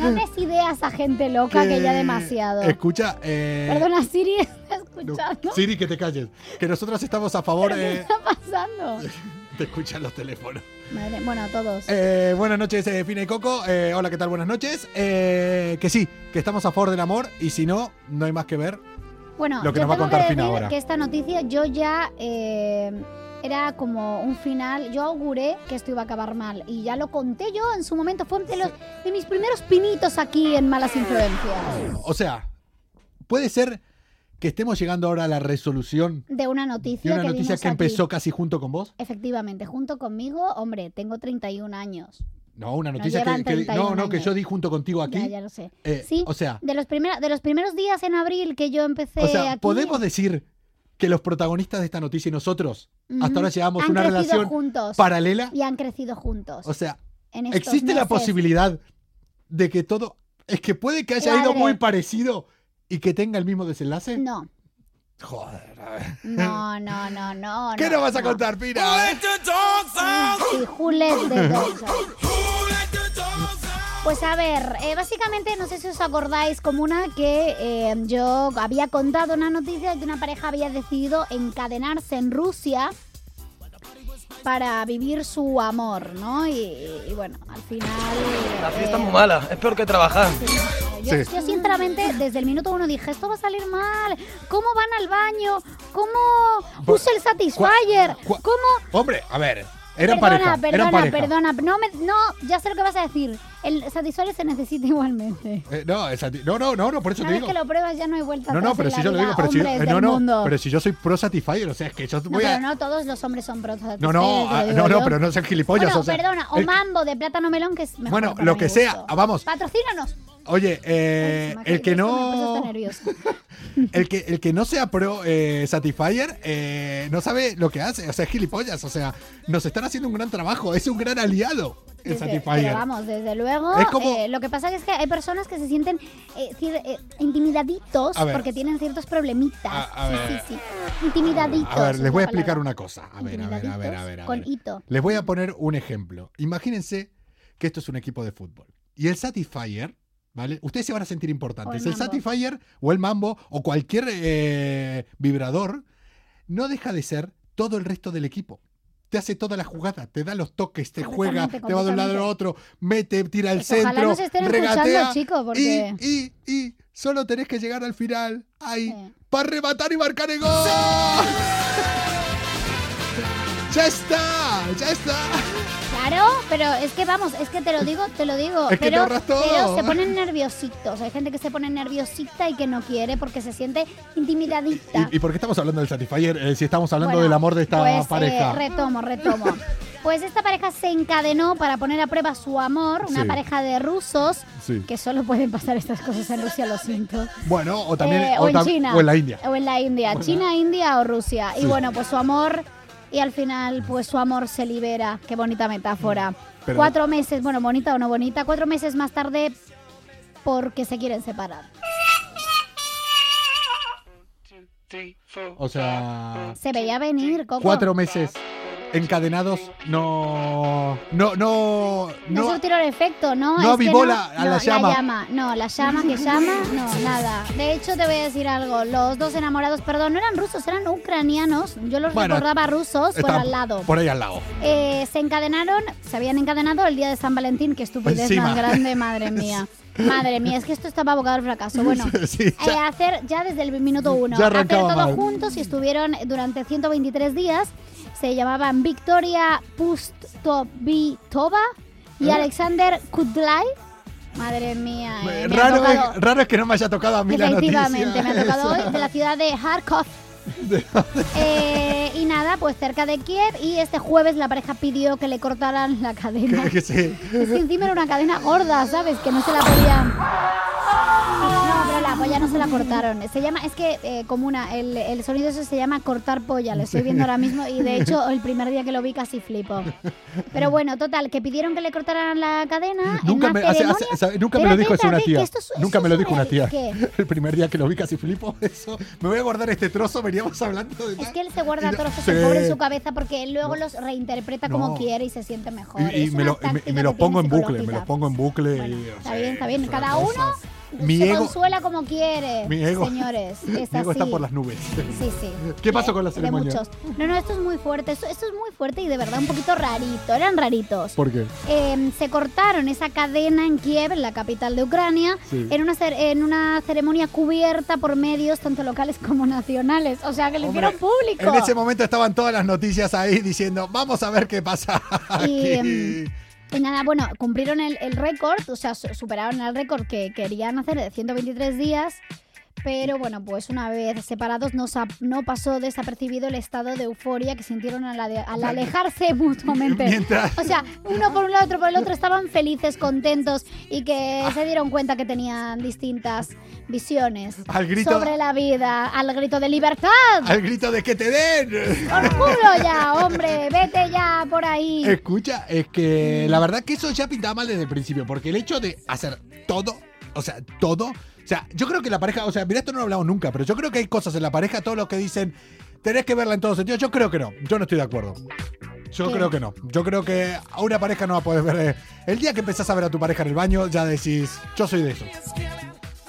Speaker 2: No des ideas a gente loca que ya demasiado.
Speaker 1: Escucha, eh,
Speaker 2: Perdona, Siri, [LAUGHS] ¿estás
Speaker 1: no,
Speaker 2: escuchando?
Speaker 1: Siri, que te calles. Que nosotros estamos a favor.
Speaker 2: ¿Qué
Speaker 1: eh,
Speaker 2: está pasando?
Speaker 1: te escuchan los teléfonos.
Speaker 2: Madre- bueno, a todos.
Speaker 1: Eh, buenas noches, eh, Fina y Coco. Eh, hola, ¿qué tal? Buenas noches. Eh, que sí, que estamos a favor del amor y si no, no hay más que ver.
Speaker 2: Bueno,
Speaker 1: Lo que
Speaker 2: yo
Speaker 1: nos va a
Speaker 2: tengo
Speaker 1: contar
Speaker 2: que
Speaker 1: Fina
Speaker 2: decir
Speaker 1: ahora.
Speaker 2: que esta noticia yo ya eh, era como un final. Yo auguré que esto iba a acabar mal y ya lo conté yo en su momento. Fue de, los, de mis primeros pinitos aquí en Malas Influencias
Speaker 1: O sea, puede ser que estemos llegando ahora a la resolución
Speaker 2: de una
Speaker 1: de
Speaker 2: noticia
Speaker 1: una
Speaker 2: que
Speaker 1: noticia
Speaker 2: dimos
Speaker 1: que
Speaker 2: aquí.
Speaker 1: empezó casi junto con vos.
Speaker 2: Efectivamente, junto conmigo, hombre, tengo 31 años.
Speaker 1: No, una
Speaker 2: Nos
Speaker 1: noticia que,
Speaker 2: llevan
Speaker 1: que- no,
Speaker 2: 31
Speaker 1: no, que
Speaker 2: años.
Speaker 1: yo di junto contigo aquí.
Speaker 2: Ya, ya lo sé.
Speaker 1: Eh,
Speaker 2: sí.
Speaker 1: O sea,
Speaker 2: de los, primeros de los primeros días en abril que yo empecé
Speaker 1: o sea,
Speaker 2: aquí,
Speaker 1: podemos decir que los protagonistas de esta noticia y nosotros
Speaker 2: ujú,
Speaker 1: hasta ahora llevamos
Speaker 2: han
Speaker 1: una
Speaker 2: crecido
Speaker 1: relación
Speaker 2: juntos
Speaker 1: paralela.
Speaker 2: y han crecido juntos.
Speaker 1: O sea,
Speaker 2: en estos
Speaker 1: existe la
Speaker 2: meses.
Speaker 1: posibilidad de que todo es que puede que haya ido
Speaker 2: Madre.
Speaker 1: muy parecido y que tenga el mismo desenlace
Speaker 2: No.
Speaker 1: Joder, a ver.
Speaker 2: No, no, no, no.
Speaker 1: ¿Qué nos vas a contar, Pina?
Speaker 2: Sí, Jules de Dogs Out. Pues a ver, eh, básicamente no sé si os acordáis como una que eh, yo había contado una noticia de que una pareja había decidido encadenarse en Rusia para vivir su amor, ¿no? Y, y bueno, al final...
Speaker 9: La fiesta es
Speaker 2: eh,
Speaker 9: muy mala, es peor que trabajar.
Speaker 2: yo,
Speaker 1: Sí.
Speaker 2: yo, sinceramente desde el minuto uno dije, esto va a salir mal, ¿cómo van al baño? ¿Cómo
Speaker 1: Bu-
Speaker 2: usa el Satisfyer?
Speaker 1: cua-
Speaker 2: ¿Cómo
Speaker 1: Hombre, a ver. Eran
Speaker 2: perdona,
Speaker 1: pareja.
Speaker 2: perdona,
Speaker 1: eran pareja.
Speaker 2: perdona. No, me- no, ya sé lo que vas a decir. El satisfactorio se necesita igualmente.
Speaker 1: Eh, no, esa ti- no, no, no, no, por eso
Speaker 2: Una
Speaker 1: te
Speaker 2: vez
Speaker 1: digo.
Speaker 2: que lo pruebas ya no hay vuelta
Speaker 1: No,
Speaker 2: atrás
Speaker 1: no, pero
Speaker 2: en
Speaker 1: si
Speaker 2: la
Speaker 1: yo lo
Speaker 2: vida,
Speaker 1: digo, pero si,
Speaker 2: hombres
Speaker 1: eh,
Speaker 2: del
Speaker 1: no, no,
Speaker 2: mundo.
Speaker 1: pero si yo soy pro Satisfyer, o sea, es que yo
Speaker 2: No,
Speaker 1: voy a.
Speaker 2: pero no todos los hombres son bros
Speaker 1: No, no, ah, no, no, pero no sean gilipollas,
Speaker 2: Bueno,
Speaker 1: o sea,
Speaker 2: perdona, o
Speaker 1: es que-
Speaker 2: mambo de plátano melón que es mejor
Speaker 1: Bueno,
Speaker 2: para
Speaker 1: lo
Speaker 2: mi
Speaker 1: que sea,
Speaker 2: gusto.
Speaker 1: ah, vamos.
Speaker 2: Patrocínanos.
Speaker 1: Oye, eh,
Speaker 2: Ay, se me
Speaker 1: el que
Speaker 2: acaba- esto me
Speaker 1: no.
Speaker 2: pone hasta nerviosa.
Speaker 1: El que, el que no sea pro eh, Satisfyer eh, no sabe lo que hace, o sea, es gilipollas, o sea, nos están haciendo un gran trabajo, es un gran aliado el
Speaker 2: Desde-
Speaker 1: Satisfyer.
Speaker 2: pero vamos, desde luego.
Speaker 1: Es como-
Speaker 2: eh, lo que pasa es que hay personas que se sienten eh, cier- eh, intimidaditos
Speaker 1: A ver.
Speaker 2: porque tienen ciertos problemitas.
Speaker 1: A- a
Speaker 2: sí,
Speaker 1: ver.
Speaker 2: sí, sí. Intimidaditos.
Speaker 1: A ver,
Speaker 2: es
Speaker 1: les voy a
Speaker 2: la
Speaker 1: explicar
Speaker 2: palabra.
Speaker 1: una cosa. A ver, a ver, a ver, a ver. a
Speaker 2: Intimidaditos con
Speaker 1: ver.
Speaker 2: hito.
Speaker 1: Les voy a poner un ejemplo. Imagínense que esto es un equipo de fútbol. Y el Satisfyer, ¿vale? Ustedes se van a sentir importantes.
Speaker 2: O el
Speaker 1: El,
Speaker 2: mambo.
Speaker 1: Satisfyer o el mambo o cualquier eh, vibrador no deja de ser todo el resto del equipo. Te hace toda la jugada, te da los toques, te juega,
Speaker 2: Completamente,
Speaker 1: te va de un lado a otro, mete, tira al
Speaker 2: Pues ojalá
Speaker 1: centro,
Speaker 2: nos estén escuchando,
Speaker 1: regatea.
Speaker 2: chicos, porque-
Speaker 1: Y, y, y solo tenés que llegar al final, ahí,
Speaker 2: Sí.
Speaker 1: para rematar y marcar el gol. ¡Ya está! ¡Ya está!
Speaker 2: Claro, pero es que vamos, es que te lo digo, te lo digo.
Speaker 1: Es que te
Speaker 2: pero,
Speaker 1: ahorras todo.
Speaker 2: pero se ponen nerviositos. Hay gente que se pone nerviosita y que no quiere porque se siente intimidadita.
Speaker 1: ¿Y, y por qué estamos hablando del Satisfyer eh, si estamos hablando
Speaker 2: Bueno,
Speaker 1: del amor de esta
Speaker 2: pues, eh,
Speaker 1: pareja?
Speaker 2: retomo, retomo. Pues esta pareja se encadenó para poner a prueba su amor, una
Speaker 1: Sí.
Speaker 2: pareja de rusos,
Speaker 1: Sí.
Speaker 2: que solo pueden pasar estas cosas en Rusia, lo siento.
Speaker 1: Bueno, o también
Speaker 2: Eh,
Speaker 1: o
Speaker 2: o, en
Speaker 1: tam-
Speaker 2: China.
Speaker 1: o en la India.
Speaker 2: O en la India. China, India o Rusia.
Speaker 1: Sí.
Speaker 2: Y bueno, pues su amor. Y al final, pues su amor se libera. Qué bonita metáfora.
Speaker 1: Mm, Pero-
Speaker 2: Cuatro meses, bueno, bonita o no bonita, cuatro meses más tarde porque se quieren separar.
Speaker 1: O sea,
Speaker 2: Se veía venir, Coco.
Speaker 1: cuatro meses encadenados no. No, no.
Speaker 2: no,
Speaker 1: No,
Speaker 2: surtieron efecto, ¿no?
Speaker 1: no
Speaker 2: Es que
Speaker 1: avivó
Speaker 2: no,
Speaker 1: la- a
Speaker 2: no,
Speaker 1: la llama.
Speaker 2: No, la llama que llama, no, nada. De hecho, te voy a decir algo. Los dos enamorados, perdón, no eran rusos, eran ucranianos. Yo los
Speaker 1: Bueno,
Speaker 2: recordaba rusos, por
Speaker 1: está
Speaker 2: al lado.
Speaker 1: Por ahí al lado. [LAUGHS]
Speaker 2: Eh, se encadenaron, se habían encadenado el día de San Valentín, que estupidez
Speaker 1: Encima.
Speaker 2: más grande,
Speaker 1: [LAUGHS]
Speaker 2: madre mía. Madre mía, es que esto estaba abocado al fracaso. Bueno,
Speaker 1: Sí,
Speaker 2: eh, hacer ya desde el minuto uno,
Speaker 1: Ya
Speaker 2: hacer
Speaker 1: arrancaba
Speaker 2: todo
Speaker 1: mal.
Speaker 2: juntos y estuvieron durante 123 días. Se llamaban Victoria Pustovitova y
Speaker 1: ¿Eh?
Speaker 2: Alexander Kudlai. Madre mía, eh, me ha
Speaker 1: raro, eh,
Speaker 2: tocado-
Speaker 1: es, raro es que no me haya tocado a mí la noticia.
Speaker 2: Efectivamente, me ha tocado hoy de la ciudad de
Speaker 1: [LAUGHS]
Speaker 2: Kharkov. Eh, y nada, pues cerca de Kiev. Y este jueves la pareja pidió que le cortaran
Speaker 1: [LAUGHS]
Speaker 2: la cadena.
Speaker 1: Que- que [LAUGHS] sí.
Speaker 2: Es que encima era una cadena gorda, ¿sabes? Que no se la podían. No, pero la polla no se la cortaron. Se llama, es que eh, como una, el, el sonido ese se llama cortar polla, lo estoy viendo ahora mismo y de hecho el primer día que lo vi casi flipo. Pero bueno, total, que pidieron que le cortaran la cadena. en
Speaker 1: Nunca
Speaker 2: una
Speaker 1: me, hace- hace-
Speaker 2: ceremonia.
Speaker 1: hace- nunca me lo
Speaker 2: Espérate,
Speaker 1: dijo eso una
Speaker 2: espérate,
Speaker 1: tía.
Speaker 2: que esto es-
Speaker 1: nunca
Speaker 2: esto
Speaker 1: me lo
Speaker 2: es
Speaker 1: dijo una tía.
Speaker 2: ¿qué?
Speaker 1: [LAUGHS] El primer día que lo vi casi flipo [LAUGHS] eso. Me voy a guardar este trozo, veníamos hablando de...
Speaker 2: Es que él se guarda
Speaker 1: Y no-
Speaker 2: trozos
Speaker 1: Sí.
Speaker 2: el pobre en su cabeza porque él luego los reinterpreta
Speaker 1: No.
Speaker 2: como quiere y se siente mejor.
Speaker 1: Y, y
Speaker 2: Es
Speaker 1: me
Speaker 2: una
Speaker 1: lo, y me- y
Speaker 2: táctica
Speaker 1: me
Speaker 2: que
Speaker 1: lo
Speaker 2: tiene
Speaker 1: pongo en bucle, me
Speaker 2: psicológica.
Speaker 1: lo pongo en bucle.
Speaker 2: Bueno,
Speaker 1: y, o
Speaker 2: está
Speaker 1: sea,
Speaker 2: bien, está
Speaker 1: es
Speaker 2: bien.
Speaker 1: una
Speaker 2: Cada uno
Speaker 1: cosa. Mi
Speaker 2: se
Speaker 1: ego,
Speaker 2: consuela como quiere.
Speaker 1: mi ego-
Speaker 2: Señores,
Speaker 1: [LAUGHS]
Speaker 2: es
Speaker 1: mi ego está
Speaker 2: así.
Speaker 1: por las nubes.
Speaker 2: Sí, sí.
Speaker 1: ¿Qué pasó
Speaker 2: De-
Speaker 1: con la
Speaker 2: de
Speaker 1: ceremonia?
Speaker 2: muchos. No, no, esto es muy fuerte. Esto, esto es muy fuerte y de verdad un poquito rarito. Eran raritos.
Speaker 1: ¿Por qué?
Speaker 2: Eh, se cortaron esa cadena en Kiev, la capital de Ucrania,
Speaker 1: Sí.
Speaker 2: en, una cer- en una ceremonia cubierta por medios tanto locales como nacionales. O sea, que lo
Speaker 1: Hombre,
Speaker 2: hicieron público.
Speaker 1: En ese momento estaban todas las noticias ahí diciendo, vamos a ver qué pasa.
Speaker 2: Y, em,
Speaker 1: aquí".
Speaker 2: Y nada, bueno, cumplieron el, el récord, o sea, su- superaron el récord que querían hacer de 123 días. Pero bueno, pues una vez separados no, sa- no pasó desapercibido el estado de euforia que sintieron al, ade- al alejarse mutuamente.
Speaker 1: Mientras-
Speaker 2: O sea, uno por un lado, otro por el otro, estaban felices, contentos y que
Speaker 1: Ah.
Speaker 2: se dieron cuenta que tenían distintas visiones
Speaker 1: Al grito-
Speaker 2: sobre la vida, al grito de libertad.
Speaker 1: Al grito de que te den.
Speaker 2: ¡Os juro ya, hombre! ¡Vete ya por ahí!
Speaker 1: Escucha, es que la verdad que eso ya pintaba mal desde el principio, porque el hecho de hacer todo o sea, todo. O sea, yo creo que la pareja, o sea, mira, esto no lo hablamos nunca, pero yo creo que hay cosas en la pareja, todos los que dicen, tenés que verla en todo sentido. Yo creo que no, yo no estoy de acuerdo. Yo
Speaker 2: ¿Qué?
Speaker 1: creo que no. Yo creo que a una pareja no va a poder ver. eh, El día que empezás a ver a tu pareja en el baño, ya decís, yo soy de eso.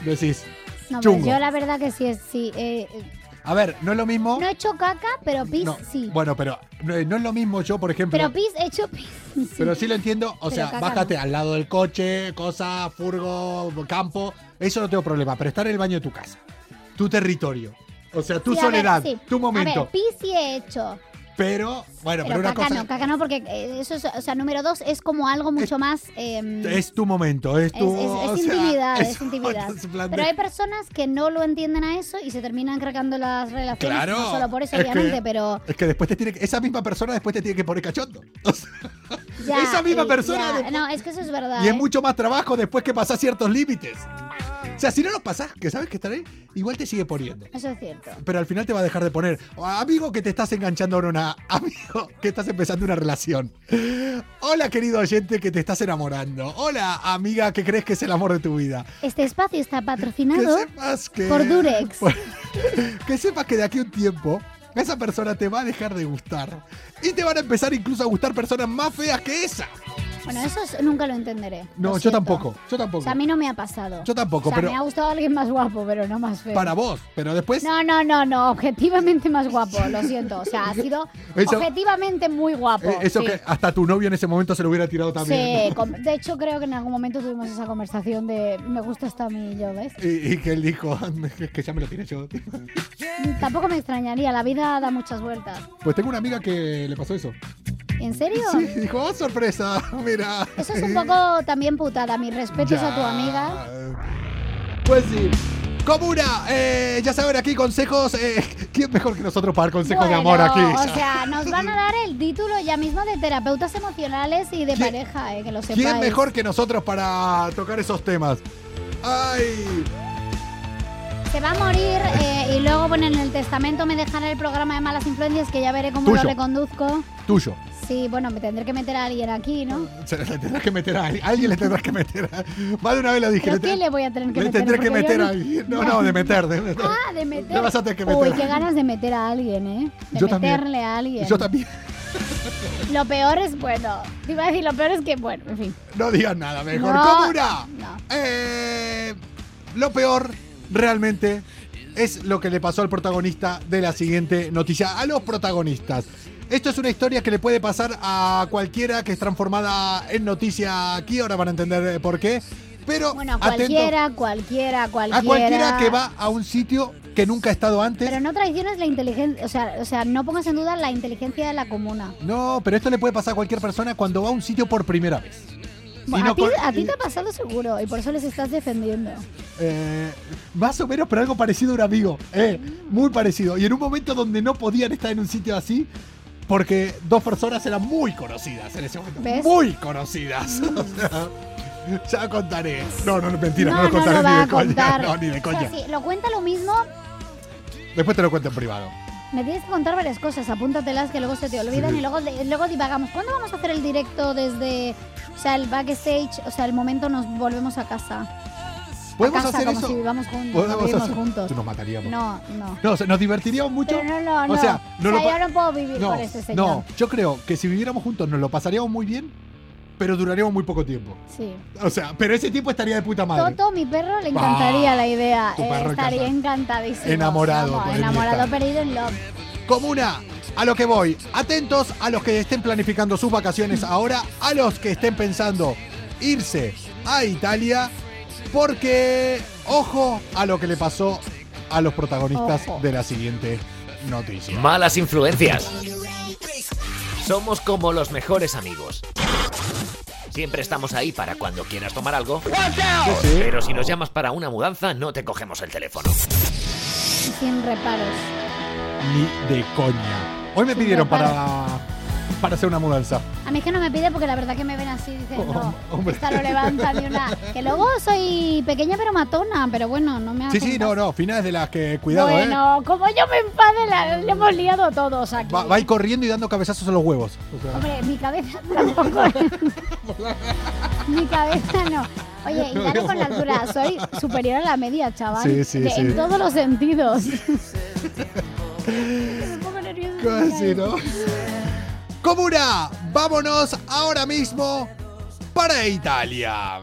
Speaker 1: Decís,
Speaker 2: No, pero
Speaker 1: chungo.
Speaker 2: yo la verdad que sí, es- sí. eh, eh,
Speaker 1: A ver, no es lo mismo.
Speaker 2: no he hecho caca, pero pis
Speaker 1: No,
Speaker 2: sí.
Speaker 1: Bueno, pero no, no es lo mismo yo, por ejemplo.
Speaker 2: pero pis, he hecho pis. Sí.
Speaker 1: Pero sí lo entiendo, o
Speaker 2: Pero
Speaker 1: sea,
Speaker 2: caca
Speaker 1: bájate
Speaker 2: no.
Speaker 1: al lado del coche, cosa, furgo, campo, eso no tengo problema, pero estar en el baño de tu casa, tu territorio, o sea, tu
Speaker 2: Sí, a ver,
Speaker 1: soledad,
Speaker 2: sí.
Speaker 1: tu
Speaker 2: A
Speaker 1: momento,
Speaker 2: ver, pis sí he hecho.
Speaker 1: pero, bueno, pero,
Speaker 2: Pero,
Speaker 1: una
Speaker 2: caca
Speaker 1: cosa
Speaker 2: no, caca no, porque eh, eso es, o sea, número dos es como algo mucho más. em,
Speaker 1: es tu momento, es
Speaker 2: Es,
Speaker 1: tu...
Speaker 2: es- es
Speaker 1: o sea, [LAUGHS]
Speaker 2: intimidad, es,
Speaker 1: eso
Speaker 2: intimidad.
Speaker 1: no se plantea.
Speaker 2: Pero hay personas que no lo entienden a eso y se terminan cracando las relaciones.
Speaker 1: Claro.
Speaker 2: No solo por eso,
Speaker 1: es que-
Speaker 2: obviamente, pero
Speaker 1: Es que después te tiene que- Esa misma persona después te tiene que poner cachondo. [LAUGHS] O sea,
Speaker 2: ya.
Speaker 1: esa misma
Speaker 2: y-
Speaker 1: persona
Speaker 2: ya.
Speaker 1: después-
Speaker 2: No, es que eso es verdad.
Speaker 1: Y es
Speaker 2: ¿eh?
Speaker 1: mucho más trabajo después que pasás ciertos límites. O sea, si no los pasás, que sabes que estar ahí, igual te sigue poniendo.
Speaker 2: Eso es cierto.
Speaker 1: Pero al final te va a dejar de poner. O, Amigo que te estás enganchando a una. [LAUGHS] Amigo que estás empezando una relación. Hola, querido oyente que te estás enamorando. Hola, amiga que crees que es el amor de tu vida.
Speaker 2: Este espacio está
Speaker 1: Que
Speaker 2: patrocinado.
Speaker 1: sepas que. pues
Speaker 2: por Durex.
Speaker 1: que sepas que de aquí a un tiempo. Esa persona te va a dejar de gustar. Y te van a empezar incluso a gustar personas más feas que esa.
Speaker 2: Bueno, eso es- nunca lo entenderé.
Speaker 1: No,
Speaker 2: lo
Speaker 1: yo
Speaker 2: siento.
Speaker 1: tampoco, yo tampoco.
Speaker 2: O sea, a mí no me ha pasado.
Speaker 1: Yo tampoco,
Speaker 2: O sea,
Speaker 1: pero-
Speaker 2: me ha gustado alguien más guapo, pero no más feo.
Speaker 1: Para vos. Pero después.
Speaker 2: No, no, no, no. Objetivamente más guapo, lo siento.
Speaker 1: [LAUGHS]
Speaker 2: O sea, ha sido
Speaker 1: Eso-
Speaker 2: objetivamente muy guapo.
Speaker 1: eh, eso
Speaker 2: sí.
Speaker 1: que hasta tu novio en ese momento se lo hubiera tirado también.
Speaker 2: Sí, com- de hecho creo que en algún momento tuvimos esa conversación de me gusta esto a mí, yo, ¿ves?
Speaker 1: [LAUGHS] Y, y que él dijo, [LAUGHS] "Es que ya me lo tiré yo.
Speaker 2: Tampoco me extrañaría, la vida da muchas vueltas.
Speaker 1: Pues tengo una amiga que le pasó eso.
Speaker 2: ¿En serio?
Speaker 1: Sí, dijo, "Oh, sorpresa, [LAUGHS] mira.
Speaker 2: Eso es un poco también putada. Mis respetos
Speaker 1: Ya.
Speaker 2: a tu amiga.
Speaker 1: Pues sí. Comuna, eh, ya saben, aquí consejos. eh, [LAUGHS] ¿Quién mejor que nosotros para dar consejos de amor
Speaker 2: Bueno,
Speaker 1: aquí?
Speaker 2: O sea, nos van a dar el título ya mismo de terapeutas emocionales y de
Speaker 1: ¿Quién-
Speaker 2: pareja, eh, que lo sepáis.
Speaker 1: ¿Quién mejor que nosotros para tocar esos temas? ¡Ay!
Speaker 2: Se va a
Speaker 1: [LAUGHS]
Speaker 2: morir eh, y luego, bueno, en el testamento me dejará el programa de malas influencias que ya veré cómo
Speaker 1: Tuyo.
Speaker 2: lo reconduzco.
Speaker 1: Tuyo.
Speaker 2: Sí, bueno, me tendré que meter a alguien aquí, ¿no?
Speaker 1: Se le tendrás que meter a alguien. Alguien le tendrás que meter a Más de una vez lo dije.
Speaker 2: ¿Pero
Speaker 1: te-
Speaker 2: qué le voy a tener que
Speaker 1: le
Speaker 2: meter?
Speaker 1: tendré que
Speaker 2: Porque yo
Speaker 1: meter
Speaker 2: no-
Speaker 1: a alguien. No,
Speaker 2: [LAUGHS] Ya.
Speaker 1: no, de meter, de meter.
Speaker 2: Ah, de meter.
Speaker 1: Le vas a tener que meter.
Speaker 2: Uy, qué ganas de meter a alguien, ¿eh? De
Speaker 1: Yo también.
Speaker 2: meterle a alguien.
Speaker 1: Yo también.
Speaker 2: Lo peor es, bueno, te iba a decir, lo peor es que, bueno, en fin.
Speaker 1: No digas nada mejor.
Speaker 2: No,
Speaker 1: ¡Comuna!
Speaker 2: no.
Speaker 1: Eh, lo peor realmente es lo que le pasó al protagonista de la siguiente noticia. A los protagonistas. Esto es una historia que le puede pasar a cualquiera que es transformada en noticia aquí. Ahora van a entender eh, por qué. Pero
Speaker 2: Bueno, a
Speaker 1: atento
Speaker 2: cualquiera, cualquiera, cualquiera.
Speaker 1: a cualquiera que va a un sitio que nunca ha estado antes.
Speaker 2: Pero no traiciones la inteligencia, o sea, o sea, no pongas en duda la inteligencia de la comuna.
Speaker 1: no, pero esto le puede pasar a cualquier persona cuando va a un sitio por primera vez. Y
Speaker 2: a,
Speaker 1: no
Speaker 2: ti,
Speaker 1: con-
Speaker 2: a ti te ha pasado seguro y por eso les estás defendiendo.
Speaker 1: Eh, más o menos, pero algo parecido a un amigo. Eh,
Speaker 2: Mm.
Speaker 1: muy parecido. Y en un momento donde no podían estar en un sitio así, porque dos personas eran muy conocidas en ese momento.
Speaker 2: ¿Ves? Mm.
Speaker 1: Muy conocidas. [LAUGHS] O sea, ya contaré. No, no, no, mentira, no,
Speaker 2: no,
Speaker 1: lo
Speaker 2: no
Speaker 1: contaré
Speaker 2: lo
Speaker 1: ni
Speaker 2: va
Speaker 1: de
Speaker 2: a
Speaker 1: coña.
Speaker 2: contar.
Speaker 1: No, ni de
Speaker 2: O
Speaker 1: coña.
Speaker 2: sea, si lo cuenta lo mismo,
Speaker 1: Después te lo cuento en privado.
Speaker 2: me tienes que contar varias cosas, apúntatelas que luego se te olvidan
Speaker 1: Sí.
Speaker 2: y luego, de- luego divagamos. ¿Cuándo vamos a hacer el directo desde, o sea, el backstage, o sea, el momento nos volvemos a casa?
Speaker 1: ¿Podemos
Speaker 2: a casa,
Speaker 1: hacer
Speaker 2: como
Speaker 1: eso?
Speaker 2: si vivamos juntos,
Speaker 1: ¿Podemos
Speaker 2: no vivimos
Speaker 1: hacer-
Speaker 2: juntos.
Speaker 1: Tú nos mataríamos.
Speaker 2: No, no.
Speaker 1: No, o sea, nos divertiríamos mucho.
Speaker 2: Pero no, no, no.
Speaker 1: O sea, no
Speaker 2: O sea,
Speaker 1: lo pa-
Speaker 2: yo no puedo vivir
Speaker 1: No,
Speaker 2: con este señor.
Speaker 1: no, yo creo que si viviéramos juntos nos lo pasaríamos muy bien, pero duraríamos muy poco tiempo.
Speaker 2: Sí.
Speaker 1: O sea, pero ese tiempo estaría de puta madre.
Speaker 2: Toto, mi perro, le encantaría
Speaker 1: Ah,
Speaker 2: la idea.
Speaker 1: tu
Speaker 2: Eh,
Speaker 1: perro
Speaker 2: estaría
Speaker 1: encantado.
Speaker 2: encantadísimo.
Speaker 1: Enamorado,
Speaker 2: Vamos,
Speaker 1: podría
Speaker 2: enamorado,
Speaker 1: estar.
Speaker 2: perdido en love.
Speaker 1: Comuna, a lo que voy. Atentos a los que estén planificando sus vacaciones ahora, a los que estén pensando irse a Italia, porque ojo a lo que le pasó a los protagonistas
Speaker 2: Ojo.
Speaker 1: de la siguiente noticia.
Speaker 6: Malas influencias. Somos como los mejores amigos. Siempre estamos ahí para cuando quieras tomar algo. Pero si nos llamas para una mudanza, no te cogemos el teléfono.
Speaker 2: Y sin reparos.
Speaker 1: Ni de coña. Hoy me pidieron para, para hacer una mudanza.
Speaker 2: A mí es que no me pide porque la verdad que me ven así dicen, no,
Speaker 1: Oh, hombre.
Speaker 2: esta no levanta ni una. Que luego soy pequeña pero matona, pero bueno, no me
Speaker 1: Sí,
Speaker 2: hacen
Speaker 1: sí, no,
Speaker 2: caso.
Speaker 1: no, finales de las que cuidado, eh.
Speaker 2: Bueno, como yo me enfade, la, le hemos liado todos aquí.
Speaker 1: Va, va a ir corriendo y dando cabezazos a los huevos. O sea,
Speaker 2: [LAUGHS] Hombre, mi cabeza tampoco. mi cabeza no. Oye, y ya no con la altura, soy superior a la media, chaval.
Speaker 1: Sí, sí,
Speaker 2: De-
Speaker 1: sí.
Speaker 2: En todos los sentidos. [LAUGHS] Estoy un poco nerviosa.
Speaker 1: Casi, ¿no? Comuna, vámonos ahora mismo para Italia.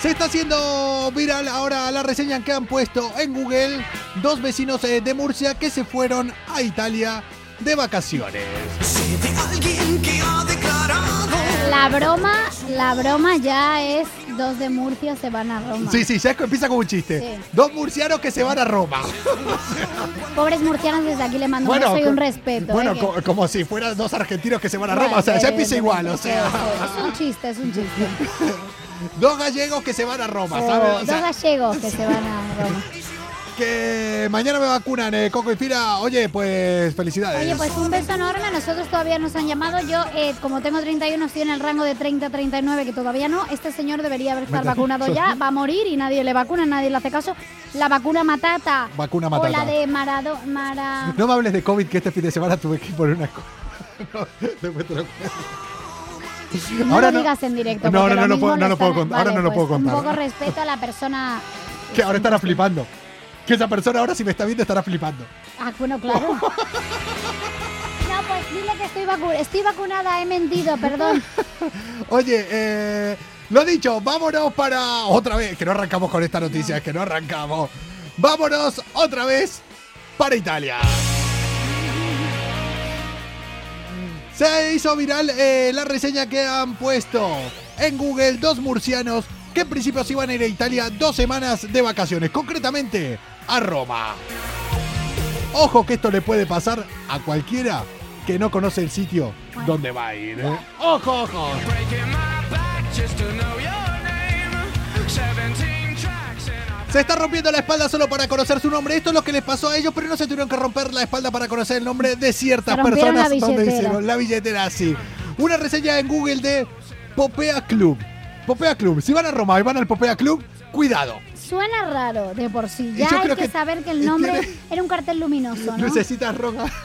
Speaker 1: Se está haciendo viral ahora la reseña que han puesto en Google dos vecinos eh, de Murcia que se fueron a Italia de vacaciones.
Speaker 2: La broma, la broma ya es dos de Murcia se van a Roma.
Speaker 1: Sí, sí, ya es- empieza con un chiste.
Speaker 2: Sí.
Speaker 1: Dos murcianos que se van a Roma.
Speaker 2: Pobres murcianos, desde aquí le mando un beso y un
Speaker 1: [LAUGHS]
Speaker 2: respeto.
Speaker 1: Bueno,
Speaker 2: ¿eh? que-
Speaker 1: co- como si fueran dos argentinos que se van a Roma.
Speaker 2: Bueno,
Speaker 1: O sea, ya
Speaker 2: eh,
Speaker 1: empieza
Speaker 2: eh,
Speaker 1: igual,
Speaker 2: eh,
Speaker 1: o
Speaker 2: eh,
Speaker 1: sea.
Speaker 2: Es un chiste, es un chiste.
Speaker 1: [LAUGHS] Dos gallegos que se van a Roma,
Speaker 2: O
Speaker 1: ¿sabes? O
Speaker 2: dos
Speaker 1: sea,
Speaker 2: gallegos que se van a Roma.
Speaker 1: que mañana me vacunan, eh, Coco y Fira. Oye, pues felicidades.
Speaker 2: Oye, pues un beso enorme. Nosotros todavía nos han llamado. Yo, eh, como tengo 31, estoy en el rango de 30-39, que todavía no. Este señor debería haber estar vacunado ya. Va a morir y nadie le vacuna, nadie le hace caso. La vacuna matata.
Speaker 1: Vacuna
Speaker 2: O
Speaker 1: matata.
Speaker 2: la de Marado, Mara...
Speaker 1: [LAUGHS] No me hables de COVID, que este fin de semana tuve que poner una cosa. [LAUGHS] No, después te lo cuento.
Speaker 2: No
Speaker 1: Ahora
Speaker 2: lo
Speaker 1: no-
Speaker 2: digas en directo.
Speaker 1: No,
Speaker 2: porque
Speaker 1: no, no,
Speaker 2: lo
Speaker 1: no
Speaker 2: mismo
Speaker 1: puedo- no lo puedo
Speaker 2: están-
Speaker 1: contar, ahora no lo
Speaker 2: pues,
Speaker 1: puedo contar.
Speaker 2: Un poco respeto a la persona.
Speaker 1: Que ahora estará flipando. Que esa persona ahora, si me está viendo, estará flipando.
Speaker 2: Ah, bueno, claro.
Speaker 1: Oh.
Speaker 2: no, pues dile que estoy, vacu- estoy vacunada, he mentido, perdón.
Speaker 1: Oye, eh, lo dicho, vámonos para otra vez, que no arrancamos con esta noticia, que no arrancamos. Vámonos otra vez para Italia. Se hizo viral eh, la reseña que han puesto en Google dos murcianos que en principio se iban a ir a Italia dos semanas de vacaciones, concretamente a Roma. Ojo que esto le puede pasar a cualquiera que no conoce el sitio donde va a ir. ¿eh? Ojo, ojo. Se está rompiendo la espalda solo para conocer su nombre. Esto es lo que les pasó a ellos, pero no se tuvieron que romper la espalda para conocer el nombre de ciertas
Speaker 2: Se rompieron
Speaker 1: personas
Speaker 2: la
Speaker 1: donde
Speaker 2: billetera.
Speaker 1: hicieron la billetera así. Una reseña en Google de Popea Club. Popea Club. Si van a Roma y van al Popea Club, cuidado.
Speaker 2: Suena raro de por sí.
Speaker 1: Y
Speaker 2: Ya
Speaker 1: Eh, yo
Speaker 2: hay
Speaker 1: creo
Speaker 2: que,
Speaker 1: que eh,
Speaker 2: saber que el nombre
Speaker 1: tiene-
Speaker 2: era un cartel luminoso, ¿no? Mm.
Speaker 1: Lucecitas rojas. [LAUGHS]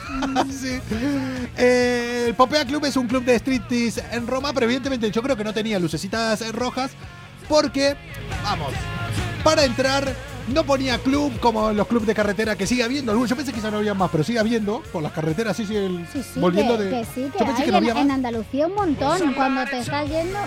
Speaker 1: Sí. Eh, el Popea Club es un club de striptease en Roma, pero evidentemente yo creo que no tenía lucecitas eh, rojas porque, vamos, para entrar no ponía club como los clubes de carretera que sigue habiendo. Algunos- Yo pensé que ya no había más, pero sigue habiendo por las carreteras. Sí, sí, el-
Speaker 2: Sí, sí,
Speaker 1: volviendo
Speaker 2: que,
Speaker 1: de.
Speaker 2: que sí, que
Speaker 1: yo, pensé
Speaker 2: hay
Speaker 1: que no
Speaker 2: en,
Speaker 1: había
Speaker 2: en
Speaker 1: más.
Speaker 2: Andalucía un montón cuando te estás yendo.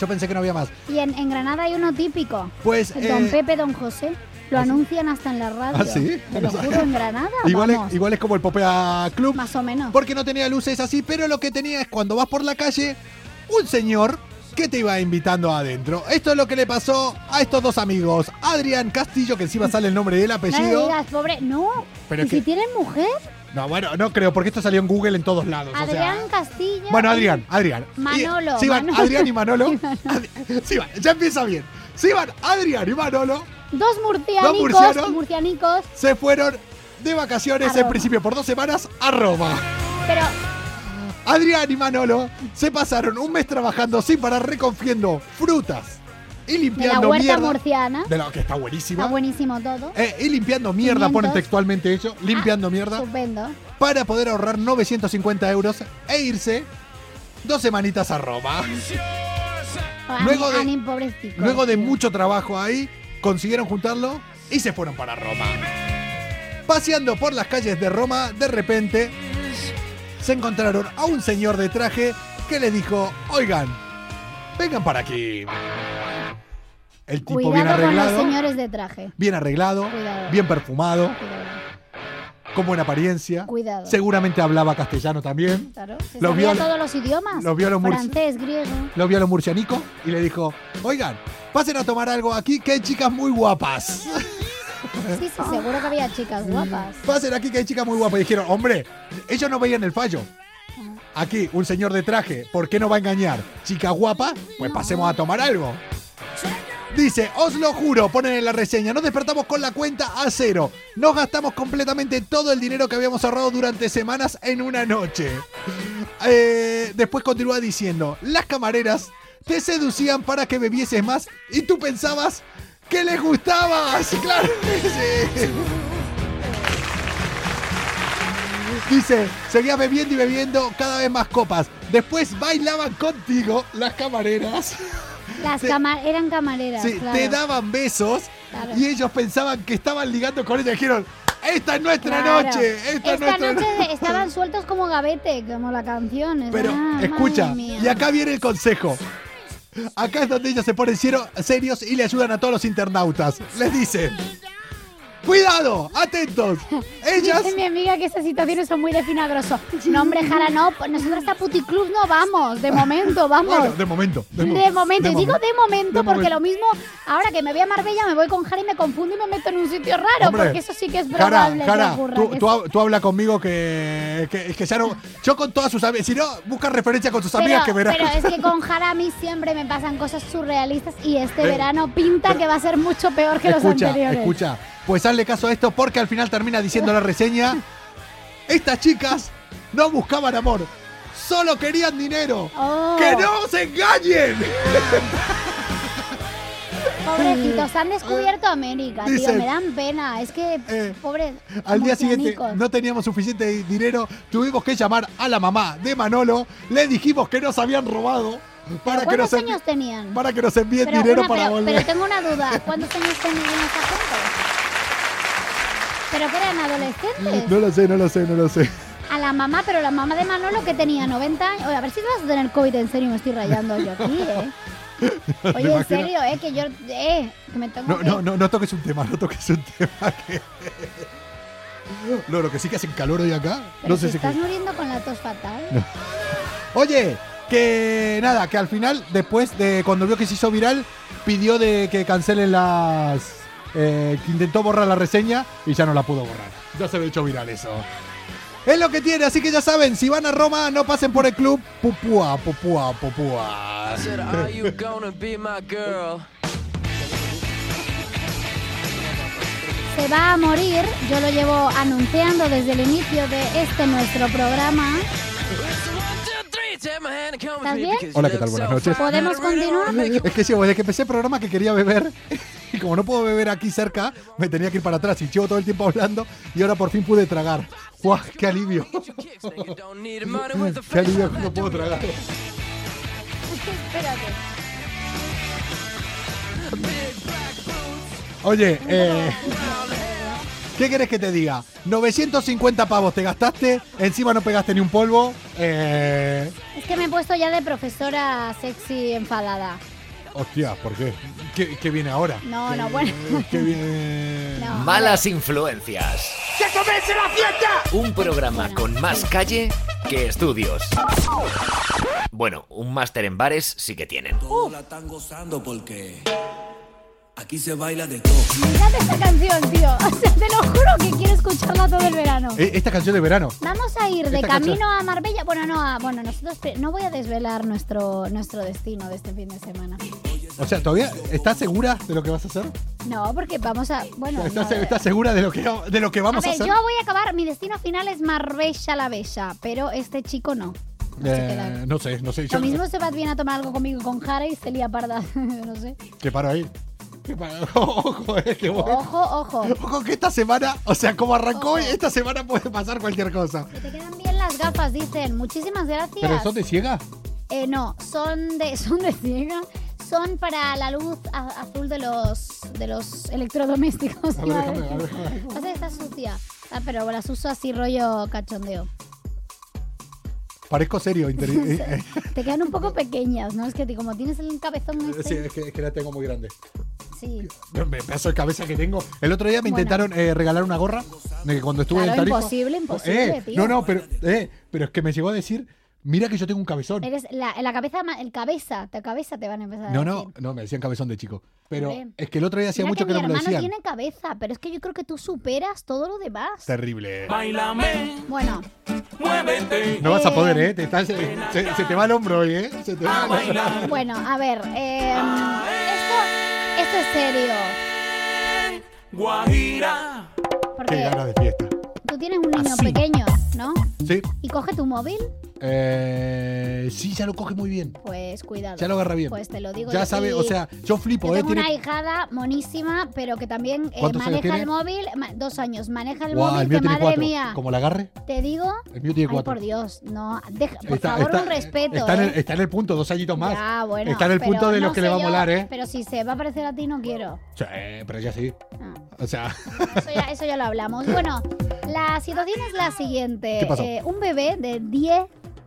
Speaker 1: yo pensé que no había más.
Speaker 2: Y en, en Granada hay uno típico.
Speaker 1: Pues,
Speaker 2: Don
Speaker 1: eh,
Speaker 2: Pepe, Don José. Lo anuncian hasta en la radio.
Speaker 1: ¿Ah, sí? [LAUGHS]
Speaker 2: Te lo juro, en Granada.
Speaker 1: Igual
Speaker 2: vamos.
Speaker 1: es, igual es como el Popea Club.
Speaker 2: Más o menos.
Speaker 1: Porque no tenía luces así, pero lo que tenía es cuando vas por la calle, un señor que te iba invitando adentro. Esto es lo que le pasó a estos dos amigos. Adrián Castillo, que encima sale el nombre y el
Speaker 2: No le
Speaker 1: apellido.
Speaker 2: digas, pobre. No.
Speaker 1: Pero
Speaker 2: ¿Y
Speaker 1: es que-
Speaker 2: si tienen mujer?
Speaker 1: No, bueno, no creo, porque esto salió en Google en todos lados. o sea-
Speaker 2: Adrián Castillo.
Speaker 1: bueno, Adrián, Adrián.
Speaker 2: Manolo,
Speaker 1: Y- Sí, van
Speaker 2: Manolo.
Speaker 1: Adrián y
Speaker 2: [LAUGHS]
Speaker 1: Manolo. Adri- Sí, van, ya empieza bien. Sí, van Adrián y Manolo.
Speaker 2: Dos murcianicos.
Speaker 1: murcianos.
Speaker 2: murcianicos.
Speaker 1: Se fueron de vacaciones
Speaker 2: A
Speaker 1: en
Speaker 2: Roma.
Speaker 1: principio por dos semanas a Roma.
Speaker 2: Pero
Speaker 1: Adrián y Manolo se pasaron un mes trabajando sin parar reconfiendo frutas y
Speaker 2: de la
Speaker 1: limpiando
Speaker 2: huerta
Speaker 1: mierda.
Speaker 2: murciana.
Speaker 1: De lo que está buenísima.
Speaker 2: Está buenísimo todo.
Speaker 1: Eh, y limpiando mierda,
Speaker 2: Pimientos. Ah,
Speaker 1: ponen textualmente eso, limpiando mierda,
Speaker 2: Estupendo.
Speaker 1: para poder ahorrar 950 euros e irse dos semanitas a Roma.
Speaker 2: Ani-
Speaker 1: Luego de-
Speaker 2: Ani, pobrecito.
Speaker 1: Luego de mucho trabajo ahí, consiguieron juntarlo y se fueron para Roma. Paseando por las calles de Roma, de repente se encontraron a un señor de traje que le dijo, oigan, vengan para aquí. El tipo bien
Speaker 2: Cuidado con los
Speaker 1: arreglado,
Speaker 2: señores de traje.
Speaker 1: bien arreglado,
Speaker 2: Cuidado.
Speaker 1: bien perfumado,
Speaker 2: Cuidado.
Speaker 1: con buena apariencia.
Speaker 2: Cuidado.
Speaker 1: Seguramente hablaba castellano también.
Speaker 2: Claro. Se
Speaker 1: Lo
Speaker 2: sabía
Speaker 1: vio-
Speaker 2: todos los idiomas.
Speaker 1: lo vio los murci- Eh.
Speaker 2: Francés, griego.
Speaker 1: Lo vio a los murcianicos y le dijo, oigan, pasen a tomar algo aquí que hay chicas muy guapas.
Speaker 2: Sí, sí, seguro que había chicas guapas.
Speaker 1: Pasen aquí que hay chicas muy guapas. Y dijeron, hombre, ellos no veían el fallo. Aquí, un señor de traje, ¿por qué no va a engañar? Chica guapa, pues pasemos a tomar algo. Dice, os lo juro, ponen en la reseña, nos despertamos con la cuenta a cero. Nos gastamos completamente todo el dinero que habíamos ahorrado durante semanas en una noche. Eh, después continúa diciendo, las camareras te seducían para que bebieses más y tú pensabas que les [LAUGHS] gustabas. Claro que sí. Dice, seguía bebiendo y bebiendo cada vez más copas. Después bailaban contigo las camareras.
Speaker 2: Las
Speaker 1: Sí.
Speaker 2: cama- eran camareras.
Speaker 1: Sí,
Speaker 2: claro.
Speaker 1: te daban besos
Speaker 2: Claro.
Speaker 1: y ellos pensaban que estaban ligando con ella. Dijeron, esta es nuestra
Speaker 2: Claro.
Speaker 1: noche, esta, es nuestra
Speaker 2: noche estaban sueltos como gavete, como la canción. es
Speaker 1: [LAUGHS] Pero
Speaker 2: verdad, madre
Speaker 1: escucha,
Speaker 2: mía.
Speaker 1: y acá viene el consejo. Acá es donde ellos se ponen ciero- serios y le ayudan a todos los internautas. Les dicen, cuidado,
Speaker 2: [LAUGHS]
Speaker 1: atentos. Ellas...
Speaker 2: Dice mi amiga que esas situaciones son muy de finagroso. No, hombre, Jara, no. pues Nosotros a Puticlub no vamos. De momento, vamos.
Speaker 1: Bueno, de momento.
Speaker 2: de,
Speaker 1: mo-
Speaker 2: momento,
Speaker 1: de
Speaker 2: y digo
Speaker 1: momen-
Speaker 2: de momento
Speaker 1: de
Speaker 2: porque
Speaker 1: momento.
Speaker 2: lo mismo, ahora que me voy a Marbella, me voy con Jara y me confundo y me meto en un sitio raro,
Speaker 1: Hombre,
Speaker 2: porque eso sí que es
Speaker 1: Jara,
Speaker 2: probable
Speaker 1: Jara,
Speaker 2: que ocurra.
Speaker 1: tú,
Speaker 2: que
Speaker 1: tú
Speaker 2: sí.
Speaker 1: hab- tú habla conmigo que, que, es que ya no. Yo con todas sus amigas. Si no, busca referencia con sus amigas que verás.
Speaker 2: pero
Speaker 1: [LAUGHS]
Speaker 2: es que con Jara a mí siempre me pasan cosas surrealistas y este
Speaker 1: Eh,
Speaker 2: verano pinta que va a ser mucho peor que los
Speaker 1: escucha,
Speaker 2: anteriores.
Speaker 1: escucha. Pues hazle caso a esto porque al final termina diciendo la reseña. Estas chicas no buscaban amor, solo querían dinero.
Speaker 2: Oh.
Speaker 1: ¡Que no se engañen!
Speaker 2: Pobrecitos, han descubierto América,
Speaker 1: Dicen-
Speaker 2: tío, me dan pena. Es que,
Speaker 1: Eh,
Speaker 2: pobre.
Speaker 1: Al día siguiente
Speaker 2: murcianicos.
Speaker 1: no teníamos suficiente dinero, tuvimos que llamar a la mamá de Manolo, le dijimos que nos habían robado para que
Speaker 2: ¿Cuántos
Speaker 1: nos, envi-
Speaker 2: años tenían?
Speaker 1: para que nos envíen
Speaker 2: Pero
Speaker 1: dinero
Speaker 2: una-
Speaker 1: para
Speaker 2: pero,
Speaker 1: volver.
Speaker 2: pero tengo una duda, ¿cuántos años tenían esta gente? ¿Pero que eran adolescentes?
Speaker 1: No lo sé, no lo sé, no lo sé.
Speaker 2: A la mamá, pero la mamá de Manolo que tenía 90 años. Oye, a ver si vas a tener COVID en serio, me estoy rayando yo aquí,
Speaker 1: [LAUGHS]
Speaker 2: ¿eh? Oye, en
Speaker 1: imagino.
Speaker 2: serio, ¿eh? Que yo, ¿eh? Que me tengo
Speaker 1: No,
Speaker 2: que...
Speaker 1: no, no, no toques un tema, no toques un tema [LAUGHS] que. No, lo que sí que hacen calor hoy acá.
Speaker 2: Pero
Speaker 1: no sé
Speaker 2: si
Speaker 1: si.
Speaker 2: estás muriendo con la tos fatal.
Speaker 1: Oye, que nada, que al final, después de cuando vio que se hizo viral, pidió de que cancelen las. eh, que intentó borrar la reseña y ya no la pudo borrar. Ya se había hecho viral eso. Es lo que tiene, así que ya saben, si van a Roma, no pasen por el club. Pupúa, pupúa, pupúa.
Speaker 7: Said, Are you gonna be my girl?
Speaker 2: Se va a morir, yo lo llevo anunciando desde el inicio de este nuestro programa. ¿Estás bien?
Speaker 1: Hola, ¿qué tal? Buenas noches.
Speaker 2: ¿Podemos continuar?
Speaker 1: Es que llevo, desde que empecé el programa que quería beber, [LAUGHS] y como no puedo beber aquí cerca, me tenía que ir para atrás y llevo todo el tiempo hablando y ahora por fin pude tragar. ¡Guau! ¡Qué alivio! ¡Qué alivio que no puedo tragar!
Speaker 2: Espérate.
Speaker 1: Oye, eh, ¿qué querés que te diga? 950 pavos te gastaste, encima no pegaste ni un polvo. Eh,
Speaker 2: Es que me he puesto ya de profesora sexy enfadada.
Speaker 1: hostia, ¿por qué? ¿Qué, qué viene ahora?
Speaker 2: No,
Speaker 1: ¿Qué-
Speaker 2: no, bueno.
Speaker 1: ¿Qué viene?
Speaker 2: [LAUGHS] No.
Speaker 6: Malas influencias. Un programa con más calle que estudios. Bueno, un máster en bares sí que tienen.
Speaker 10: Todos la están gozando porque aquí se baila de todo.
Speaker 2: Me encanta esta canción, tío. [LAUGHS] O sea, te lo juro que quiero escucharla todo el verano.
Speaker 1: Eh, Esta canción de verano.
Speaker 2: Vamos a ir de
Speaker 1: Esta canción.
Speaker 2: camino a Marbella. Bueno, no, a, bueno, nosotros pre- no voy a desvelar nuestro nuestro destino de este fin de semana.
Speaker 1: O sea, ¿todavía estás segura de lo que vas a hacer?
Speaker 2: No, porque vamos a, bueno,
Speaker 1: ¿Estás,
Speaker 2: no, eh.
Speaker 1: estás segura de lo que, de lo que
Speaker 2: a
Speaker 1: vamos a,
Speaker 2: ver,
Speaker 1: hacer?
Speaker 2: yo voy a acabar. Mi destino final es Marbella la Bella, pero este chico no. No se
Speaker 1: Eh,
Speaker 2: queda.
Speaker 1: no sé, no sé. Yo
Speaker 2: Lo mismo se va bien a tomar algo conmigo con Jara y se lía parda. [LAUGHS] no sé.
Speaker 1: Que paro ahí. Que paro. [LAUGHS] Ojo, eh, que voy.
Speaker 2: Ojo, ojo.
Speaker 1: Ojo que esta semana, o sea, como arrancó hoy, esta semana puede pasar cualquier cosa.
Speaker 2: Que te quedan bien las gafas, dicen. Muchísimas gracias.
Speaker 1: ¿Pero eso te ciega?
Speaker 2: Eh, no, son de, [LAUGHS] son de ciega. Son para la luz a- azul de los, de los electrodomésticos.
Speaker 1: A ver,
Speaker 2: iba a
Speaker 1: déjame,
Speaker 2: [LAUGHS] decir.
Speaker 1: a ver, déjame.
Speaker 2: O sea, está sucia. Ah, pero las uso así rollo cachondeo.
Speaker 1: Parezco serio. interi-
Speaker 2: [LAUGHS]
Speaker 1: eh, eh,
Speaker 2: Te quedan
Speaker 1: [LAUGHS]
Speaker 2: un poco pequeñas, ¿no? Es que te- como tienes el cabezón este,
Speaker 1: sí, es que, es que la tengo muy grande.
Speaker 2: sí.
Speaker 1: Me- me pedazo de cabeza que tengo. El otro día me
Speaker 2: Bueno.
Speaker 1: intentaron eh, regalar una gorra de que cuando estuve
Speaker 2: Claro,
Speaker 1: en Tarifa.
Speaker 2: imposible, imposible,
Speaker 1: Eh,
Speaker 2: tío.
Speaker 1: No, no, pero, eh, pero es que me llegó a decir, mira que yo tengo un cabezón.
Speaker 2: Eres la, la cabeza, ma- el cabeza, la cabeza te van a empezar a
Speaker 1: No,
Speaker 2: decir.
Speaker 1: no, no, me decían cabezón de chico. Pero
Speaker 2: Hombre.
Speaker 1: es que el otro día hacía
Speaker 2: Mira
Speaker 1: mucho
Speaker 2: que,
Speaker 1: que,
Speaker 2: mi
Speaker 1: no me lo
Speaker 2: hermano
Speaker 1: decían.
Speaker 2: tiene cabeza, pero es que yo creo que tú superas todo lo demás.
Speaker 1: Terrible.
Speaker 7: Bailame,
Speaker 2: Bueno,
Speaker 7: muévete.
Speaker 1: No vas a poder, ¿eh? Te estás- se, se- se te va el hombro hoy, ¿eh? Se te va el hombro.
Speaker 2: bueno, a ver, eh, esto, esto es serio.
Speaker 7: Guajira.
Speaker 1: Qué
Speaker 2: Porque
Speaker 1: ganas de fiesta.
Speaker 2: tú tienes un niño pequeño, ¿no?
Speaker 1: Sí.
Speaker 2: Y coge tu móvil
Speaker 1: Eh, sí, ya lo coge muy bien.
Speaker 2: Pues cuidado.
Speaker 1: Ya lo agarra bien.
Speaker 2: Pues te lo digo.
Speaker 1: Ya
Speaker 2: yo
Speaker 1: sabe,
Speaker 2: sí.
Speaker 1: o sea, yo
Speaker 2: Yo
Speaker 1: flipo, ¿eh?
Speaker 2: tengo
Speaker 1: Tiene-
Speaker 2: una hijada monísima, pero que también eh,
Speaker 1: ¿Cuántos años
Speaker 2: maneja
Speaker 1: tiene?
Speaker 2: el móvil, ma- dos años, maneja el
Speaker 1: Guau,
Speaker 2: móvil,
Speaker 1: el mío
Speaker 2: que
Speaker 1: tiene
Speaker 2: madre
Speaker 1: cuatro.
Speaker 2: mía.
Speaker 1: Como la agarre,
Speaker 2: Te digo,
Speaker 1: el mío tiene
Speaker 2: ay,
Speaker 1: cuatro.
Speaker 2: por Dios, no, deja- por
Speaker 1: Está-
Speaker 2: favor
Speaker 1: está-
Speaker 2: un respeto.
Speaker 1: Está, en
Speaker 2: ¿eh?
Speaker 1: el, está en el punto, dos añitos más.
Speaker 2: Ya, bueno,
Speaker 1: está en el
Speaker 2: pero
Speaker 1: punto de
Speaker 2: no
Speaker 1: lo que le
Speaker 2: sé
Speaker 1: va a
Speaker 2: yo,
Speaker 1: molar, ¿eh?
Speaker 2: Pero si se va a parecer a ti, no quiero.
Speaker 1: Sí, pero ya sí.
Speaker 2: Ah.
Speaker 1: O sea, [LAUGHS]
Speaker 2: Eso ya, eso ya lo hablamos. Bueno, la situación es la siguiente.
Speaker 1: ¿Qué pasó?
Speaker 2: Eh, un bebé de 10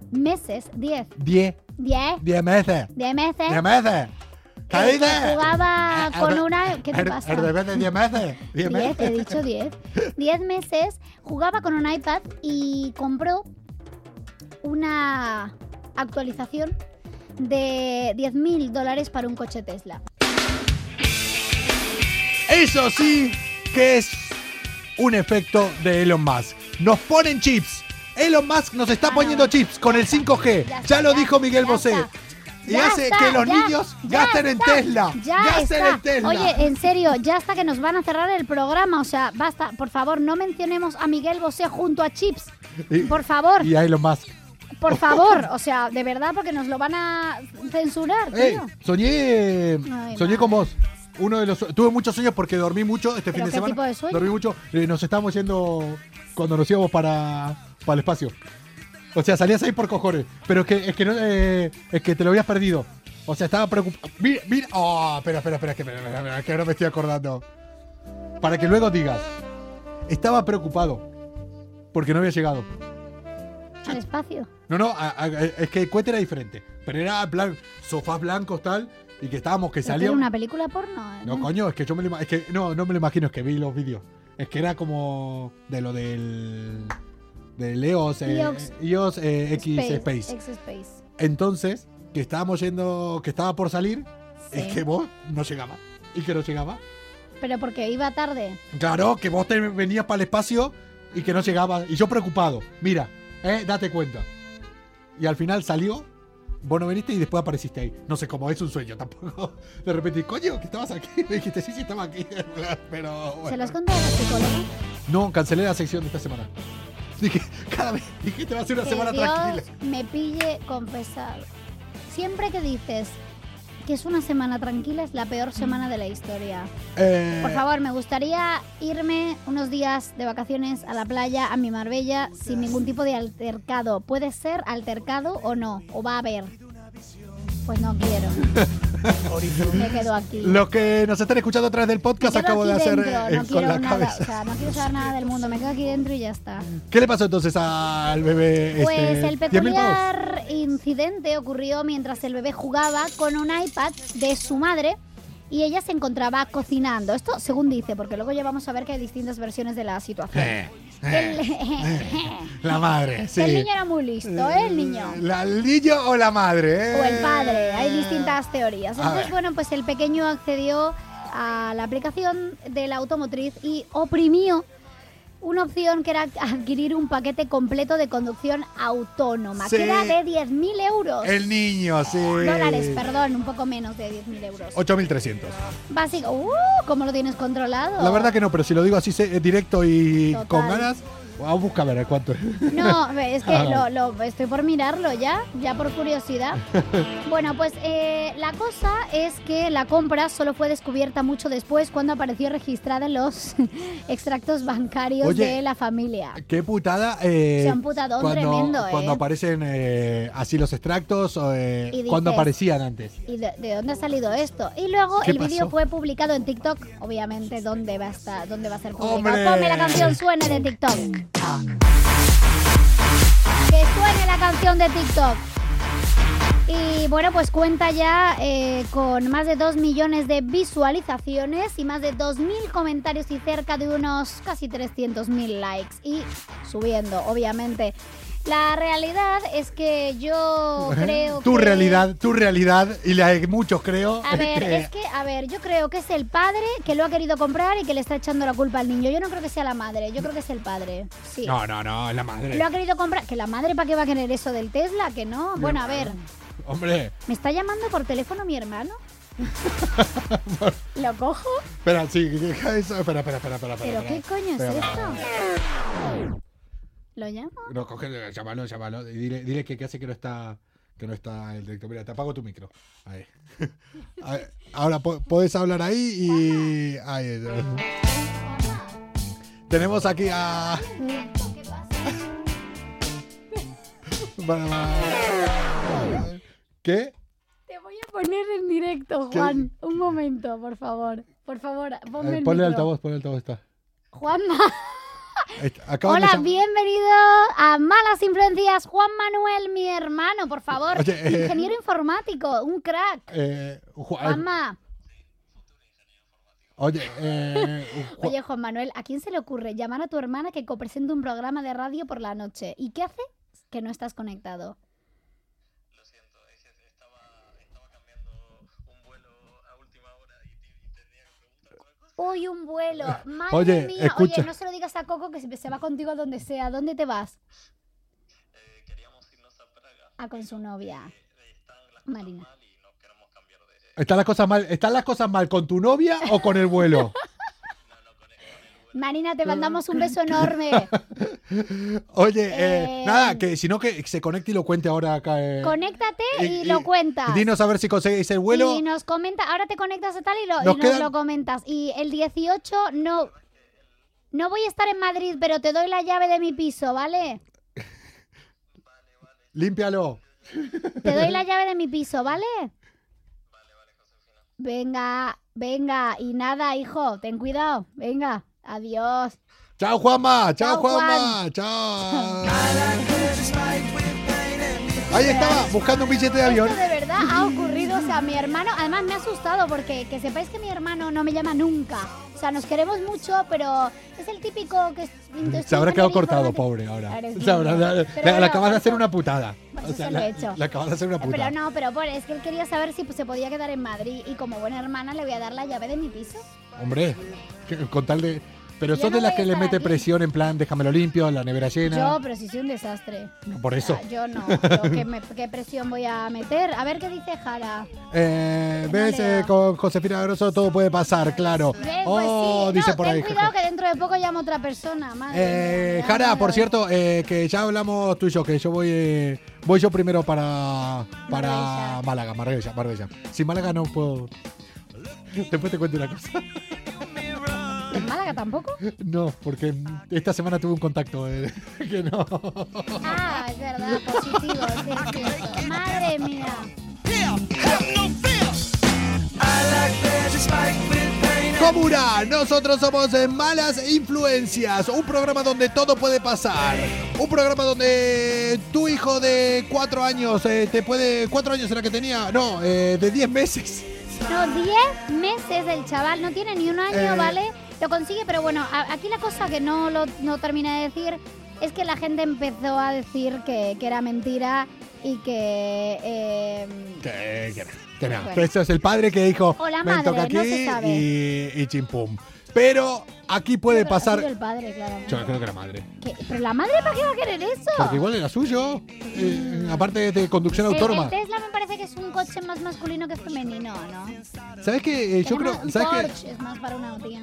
Speaker 2: meses, 10,
Speaker 1: 10,
Speaker 2: 10,
Speaker 1: 10 meses.
Speaker 2: 10 meses,
Speaker 1: 10 meses. ¿Qué
Speaker 2: ¿Eh? que, que
Speaker 1: dices?
Speaker 2: jugaba
Speaker 1: Eh, el
Speaker 2: con
Speaker 1: be-
Speaker 2: una... ¿Qué te
Speaker 1: el-
Speaker 2: pasa?
Speaker 1: El bebé de 10 meses. 10
Speaker 2: 10, te he
Speaker 1: meses.
Speaker 2: dicho
Speaker 1: [LAUGHS]
Speaker 2: 10. 10 meses, jugaba con un iPad y compró una actualización de 10 mil dólares para un coche Tesla.
Speaker 1: Eso sí que es un efecto de Elon Musk. Nos ponen chips. Elon Musk nos está
Speaker 2: Ah, no.
Speaker 1: poniendo chips con el 5G.
Speaker 2: Ya
Speaker 1: Ya,
Speaker 2: está,
Speaker 1: lo
Speaker 2: ya,
Speaker 1: dijo Miguel
Speaker 2: ya
Speaker 1: Bosé.
Speaker 2: está.
Speaker 1: Y
Speaker 2: Ya
Speaker 1: hace
Speaker 2: está,
Speaker 1: que los
Speaker 2: ya,
Speaker 1: niños
Speaker 2: ya
Speaker 1: gasten en
Speaker 2: está,
Speaker 1: Tesla.
Speaker 2: Ya
Speaker 1: gasten
Speaker 2: está.
Speaker 1: en Tesla.
Speaker 2: Oye, en serio, ya hasta que nos van a cerrar el programa. O sea, basta. Por favor, no mencionemos a Miguel Bosé junto a Chips.
Speaker 1: Y-
Speaker 2: Por favor,
Speaker 1: Y a Elon Musk.
Speaker 2: por favor. O sea, de verdad, porque nos lo van a censurar, tío.
Speaker 1: Ey, soñé, soñé
Speaker 2: Ay, madre.
Speaker 1: con vos. Uno de los tuve muchos sueños porque dormí mucho este fin
Speaker 2: ¿Pero
Speaker 1: de
Speaker 2: qué
Speaker 1: semana.
Speaker 2: tipo de sueño?
Speaker 1: Dormí mucho. Eh, nos estábamos yendo cuando nos íbamos para, para el espacio. O sea, salías ahí por cojones. Pero es que es que no, eh, es que te lo habías perdido. O sea, estaba preocupado. Mira, mira. Oh, espera, espera, espera, que, espera, espera, espera, que ahora me estoy acordando. Para que luego digas. Estaba preocupado. Porque no había llegado.
Speaker 2: Al espacio.
Speaker 1: No, no, a- a- es que el cohete era diferente. Pero era en plan, sofás blancos, tal, y que estábamos que
Speaker 2: ¿Pero
Speaker 1: salía.
Speaker 2: una película porno? ¿eh?
Speaker 1: No, coño, es que yo me lo ima- es que no, no me lo imagino, es que vi los vídeos. Es que era como de lo del del EOS, eh,
Speaker 2: EOS.
Speaker 1: EOS, eh, X Space.
Speaker 2: X-Space.
Speaker 1: Entonces, que estábamos yendo, que estaba por salir y que vos no llegaba. Y que no llegaba.
Speaker 2: Pero porque iba tarde.
Speaker 1: Claro, que vos te venías para el espacio y que no llegaba. Y yo preocupado. Mira, eh, date cuenta. Y al final salió, vos no viniste y después apareciste ahí. No sé cómo, es un sueño tampoco. [LAUGHS] De repente, coño, que estabas aquí. [LAUGHS] Me dijiste, sí, sí, estaba aquí. [LAUGHS] Pero bueno.
Speaker 2: ¿Se lo has contado a la
Speaker 1: [LAUGHS]
Speaker 2: psicóloga?
Speaker 1: No, cancelé la sección de esta semana. Dije, cada vez dije, te va a ser una
Speaker 2: Que
Speaker 1: semana
Speaker 2: Dios
Speaker 1: tranquila.
Speaker 2: me pille confesado. Siempre que dices que es una semana tranquila, es la peor semana de la historia.
Speaker 1: Eh,
Speaker 2: Por favor, me gustaría irme unos días de vacaciones a la playa, a mi Marbella, sin ningún tipo de altercado. Puede ser altercado o no, o va a haber. Pues no quiero.
Speaker 1: [LAUGHS]
Speaker 2: me quedo aquí.
Speaker 1: Los que nos están escuchando a través del
Speaker 2: Me
Speaker 1: podcast
Speaker 2: quedo
Speaker 1: acabo de
Speaker 2: aquí
Speaker 1: hacer
Speaker 2: dentro,
Speaker 1: eh,
Speaker 2: no
Speaker 1: [LAUGHS] con
Speaker 2: quiero
Speaker 1: la
Speaker 2: nada,
Speaker 1: cabeza.
Speaker 2: o sea, no quiero saber nada del mundo, me quedo aquí dentro y ya está.
Speaker 1: ¿Qué le pasó entonces al bebé?
Speaker 2: Pues
Speaker 1: este, 10.000
Speaker 2: el
Speaker 1: pavos?
Speaker 2: peculiar incidente ocurrió mientras el bebé jugaba con un iPad de su madre y ella se encontraba cocinando. Esto según dice, porque luego ya vamos a ver que hay distintas versiones de la situación.
Speaker 1: Eh,
Speaker 2: El, [LAUGHS]
Speaker 1: la madre, sí.
Speaker 2: el niño era muy listo, ¿eh? El niño.
Speaker 1: ¿La el niño o la madre? eh?
Speaker 2: O el padre, hay distintas teorías.
Speaker 1: A
Speaker 2: Entonces,
Speaker 1: ver.
Speaker 2: bueno, pues el pequeño accedió a la aplicación de la automotriz y oprimió una opción que era adquirir un paquete completo de conducción autónoma,
Speaker 1: Sí.
Speaker 2: que era de 10.000 euros.
Speaker 1: El niño, sí.
Speaker 2: Dólares, perdón, un poco menos de 10.000 euros.
Speaker 1: 8.300.
Speaker 2: Básico, ¡uh! ¿Cómo lo tienes controlado?
Speaker 1: La verdad que no, pero si lo digo así se- eh, directo y
Speaker 2: Oh. Total.
Speaker 1: con ganas, vamos a buscar a ver eh, cuánto
Speaker 2: [LAUGHS]
Speaker 1: es.
Speaker 2: No, es que
Speaker 1: Ah.
Speaker 2: lo, lo- estoy por mirarlo ya, ya por
Speaker 1: [LAUGHS]
Speaker 2: curiosidad. Bueno, pues eh, la cosa es que la compra solo fue descubierta mucho después cuando apareció registrada en los [LAUGHS] extractos bancarios
Speaker 1: Oye.
Speaker 2: de la familia.
Speaker 1: Qué putada. Eh,
Speaker 2: Se han putado
Speaker 1: cuando,
Speaker 2: tremendo, ¿eh?
Speaker 1: Cuando aparecen eh, así los extractos, o, eh,
Speaker 2: Y dices-
Speaker 1: cuando aparecían antes.
Speaker 2: ¿Y de, de dónde ha salido esto? Y luego
Speaker 1: ¿Qué
Speaker 2: el vídeo
Speaker 1: pasó?
Speaker 2: fue publicado en TikTok. Obviamente, ¿dónde va a, estar, dónde va a ser publicado?
Speaker 1: ¡Hombre!
Speaker 2: Ponme la canción Suene de TikTok. Que suene la canción de TikTok. Y bueno, pues cuenta ya eh, con más de 2 millones de visualizaciones y más de 2.000 comentarios y cerca de unos casi 300.000 likes. Y subiendo, obviamente. La realidad es que yo creo
Speaker 1: tu
Speaker 2: que...
Speaker 1: realidad, tu realidad, y la de muchos creo. Este,
Speaker 2: A ver,
Speaker 1: que-
Speaker 2: es que, a ver, yo creo que es el padre que lo ha querido comprar y que le está echando la culpa al niño. Yo no creo que sea la madre, yo creo que es el padre. Sí.
Speaker 1: No, no, no, es la madre.
Speaker 2: Lo ha querido comprar. ¿Que la madre para qué va a querer eso del Tesla? Que no. Bueno, a ver,
Speaker 1: Hombre,
Speaker 2: ¿me está llamando por teléfono mi
Speaker 1: [LAUGHS]
Speaker 2: hermano? ¿Lo cojo?
Speaker 1: espera, sí, deja eso. Espera, espera, espera, espera.
Speaker 2: ¿Pero
Speaker 1: espera.
Speaker 2: qué coño es
Speaker 1: Espera, espera.
Speaker 2: esto? ¿Lo llamo?
Speaker 1: No, coge, llámalo, llámalo. Y dile, dile que, que hace que no está. que no está el director. Mira, te apago tu micro. Ahí. [LAUGHS] Ahí. Ahora po- podés hablar ahí y. Ahí. eh. Tenemos aquí a. ¿Qué?
Speaker 2: Te voy a poner en directo,
Speaker 1: ¿Qué?
Speaker 2: Juan. Un momento, por favor. Por favor, ponme
Speaker 1: Eh,
Speaker 2: el
Speaker 1: ponle
Speaker 2: micro.
Speaker 1: el altavoz, ponle el altavoz. Está.
Speaker 2: Juanma.
Speaker 1: Ahí está. Acaban de
Speaker 2: Hola,
Speaker 1: llam-
Speaker 2: bienvenido a Malas Influencias. Juan Manuel, mi hermano, por favor.
Speaker 1: Oye, eh.
Speaker 2: Ingeniero informático, un crack.
Speaker 1: Eh, Ju-
Speaker 2: Juanma.
Speaker 1: Oye, eh,
Speaker 2: [LAUGHS]
Speaker 1: Ju-
Speaker 2: Oye, Juan Manuel, ¿a quién se le ocurre llamar a tu hermana que copresente un programa de radio por la noche? ¿Y qué hace? Que no estás conectado. Uy, un vuelo. Madre
Speaker 1: Oye,
Speaker 2: mía.
Speaker 1: escucha.
Speaker 2: Oye, no se lo digas a Coco que se se va contigo a donde sea. ¿Dónde te vas? Ah, con su novia. Marina.
Speaker 1: ¿están, las cosas mal, ¿Están las cosas mal con tu novia o con el vuelo?
Speaker 2: Marina, te mandamos un
Speaker 1: [LAUGHS]
Speaker 2: beso enorme.
Speaker 1: Oye, eh,
Speaker 2: Eh.
Speaker 1: nada, que si no que se conecte y lo cuente ahora acá. eh.
Speaker 2: Conéctate y,
Speaker 1: Y-
Speaker 2: lo
Speaker 1: y-
Speaker 2: cuentas.
Speaker 1: Dinos a ver si conseguís el vuelo.
Speaker 2: Y nos comenta, ahora te conectas a tal y, lo, y
Speaker 1: Nos
Speaker 2: nos
Speaker 1: quedan-
Speaker 2: lo comentas. Y el 18 no no voy a estar en Madrid, pero te doy la llave de mi piso, ¿vale?
Speaker 1: Límpialo.
Speaker 2: Te doy la llave de mi
Speaker 1: [LAUGHS]
Speaker 2: piso, ¿vale? Venga, venga, y nada, hijo, ten cuidado. Venga, adiós.
Speaker 1: Chao, Juanma. Chao,
Speaker 2: Chao,
Speaker 1: Juanma. Chao. Ahí estaba, buscando un billete de este avión.
Speaker 2: Esto de verdad ha ocurrido, o sea, mi hermano, además me ha asustado porque que sepáis que mi hermano no me llama nunca. O sea, nos queremos mucho, pero es el típico que... es-
Speaker 1: Se habrá quedado
Speaker 2: ingeniero
Speaker 1: cortado,
Speaker 2: informático.
Speaker 1: pobre, ahora. [LAUGHS]
Speaker 2: Eres
Speaker 1: Se habrá-
Speaker 2: lindo.
Speaker 1: le-
Speaker 2: Pero
Speaker 1: le- le
Speaker 2: bueno,
Speaker 1: acabas de hacer
Speaker 2: eso-
Speaker 1: una putada.
Speaker 2: pues
Speaker 1: O
Speaker 2: eso
Speaker 1: sea,
Speaker 2: lo he
Speaker 1: la,
Speaker 2: hecho.
Speaker 1: le acabas de hacer una putada.
Speaker 2: Pero no, pero por, es que él quería saber si pues, se podía quedar en Madrid y como buena hermana le voy a dar la llave de mi piso.
Speaker 1: Hombre, que- con tal de... Pero
Speaker 2: Yo
Speaker 1: sos de
Speaker 2: no
Speaker 1: las
Speaker 2: voy a
Speaker 1: que le
Speaker 2: estar
Speaker 1: mete
Speaker 2: aquí.
Speaker 1: presión en plan, déjamelo limpio, la nevera llena.
Speaker 2: Yo, pero si soy un desastre.
Speaker 1: Por
Speaker 2: O sea,
Speaker 1: eso.
Speaker 2: yo no.
Speaker 1: [LAUGHS]
Speaker 2: Yo, ¿qué, me- qué presión voy a meter? A ver qué dice Jara.
Speaker 1: Eh,
Speaker 2: no
Speaker 1: ¿Ves?
Speaker 2: leo.
Speaker 1: Eh, con Josefina Grosso todo puede pasar, claro.
Speaker 2: Ven, pues
Speaker 1: oh,
Speaker 2: sí.
Speaker 1: dice
Speaker 2: No,
Speaker 1: por
Speaker 2: ten
Speaker 1: ahí.
Speaker 2: cuidado que dentro de poco llama otra persona. Madre
Speaker 1: Eh,
Speaker 2: mía, ya
Speaker 1: Jara,
Speaker 2: me
Speaker 1: por
Speaker 2: doy.
Speaker 1: cierto, eh, que ya hablamos tú y yo, que yo voy eh, voy yo primero para, para
Speaker 2: Marbella.
Speaker 1: Málaga, Marbella, Marbella. Sin Málaga no puedo. Después te cuento una cosa. [LAUGHS]
Speaker 2: ¿En Málaga tampoco?
Speaker 1: No, porque esta semana tuve un contacto eh, [LAUGHS] que no.
Speaker 2: Ah, es verdad, positivo. sí, es cierto. Madre mía.
Speaker 1: Comuna, nosotros somos eh, Malas Influencias, un programa donde todo puede pasar. Un programa donde tu hijo de cuatro años eh, te puede. ¿Cuatro años era que tenía? No, eh, de diez meses.
Speaker 2: No, 10 meses el chaval, no tiene ni un año,
Speaker 1: Eh.
Speaker 2: ¿vale? Lo consigue, pero bueno, a- aquí la cosa que no, lo, no terminé de decir es que la gente empezó a decir que, que era mentira y que... eh,
Speaker 1: Que, que no, que no.
Speaker 2: Bueno.
Speaker 1: Que Eso es el padre que dijo,
Speaker 2: O la
Speaker 1: me
Speaker 2: madre,
Speaker 1: toca aquí
Speaker 2: no se sabe.
Speaker 1: y, y chimpum. Pero aquí puede
Speaker 2: creo que ha sido
Speaker 1: pasar...
Speaker 2: el padre, claro.
Speaker 1: Yo creo que la madre.
Speaker 2: ¿Qué? ¿Pero la madre para qué va a querer eso?
Speaker 1: Porque igual era suyo. eh, aparte de conducción
Speaker 2: El-
Speaker 1: autónoma.
Speaker 2: El, Tesla me parece que es un coche más masculino que femenino, ¿no?
Speaker 1: ¿Sabes qué? Eh, yo
Speaker 2: Pero no,
Speaker 1: creo...
Speaker 2: un
Speaker 1: ¿Sabes qué?
Speaker 2: Porsche es más para una tía.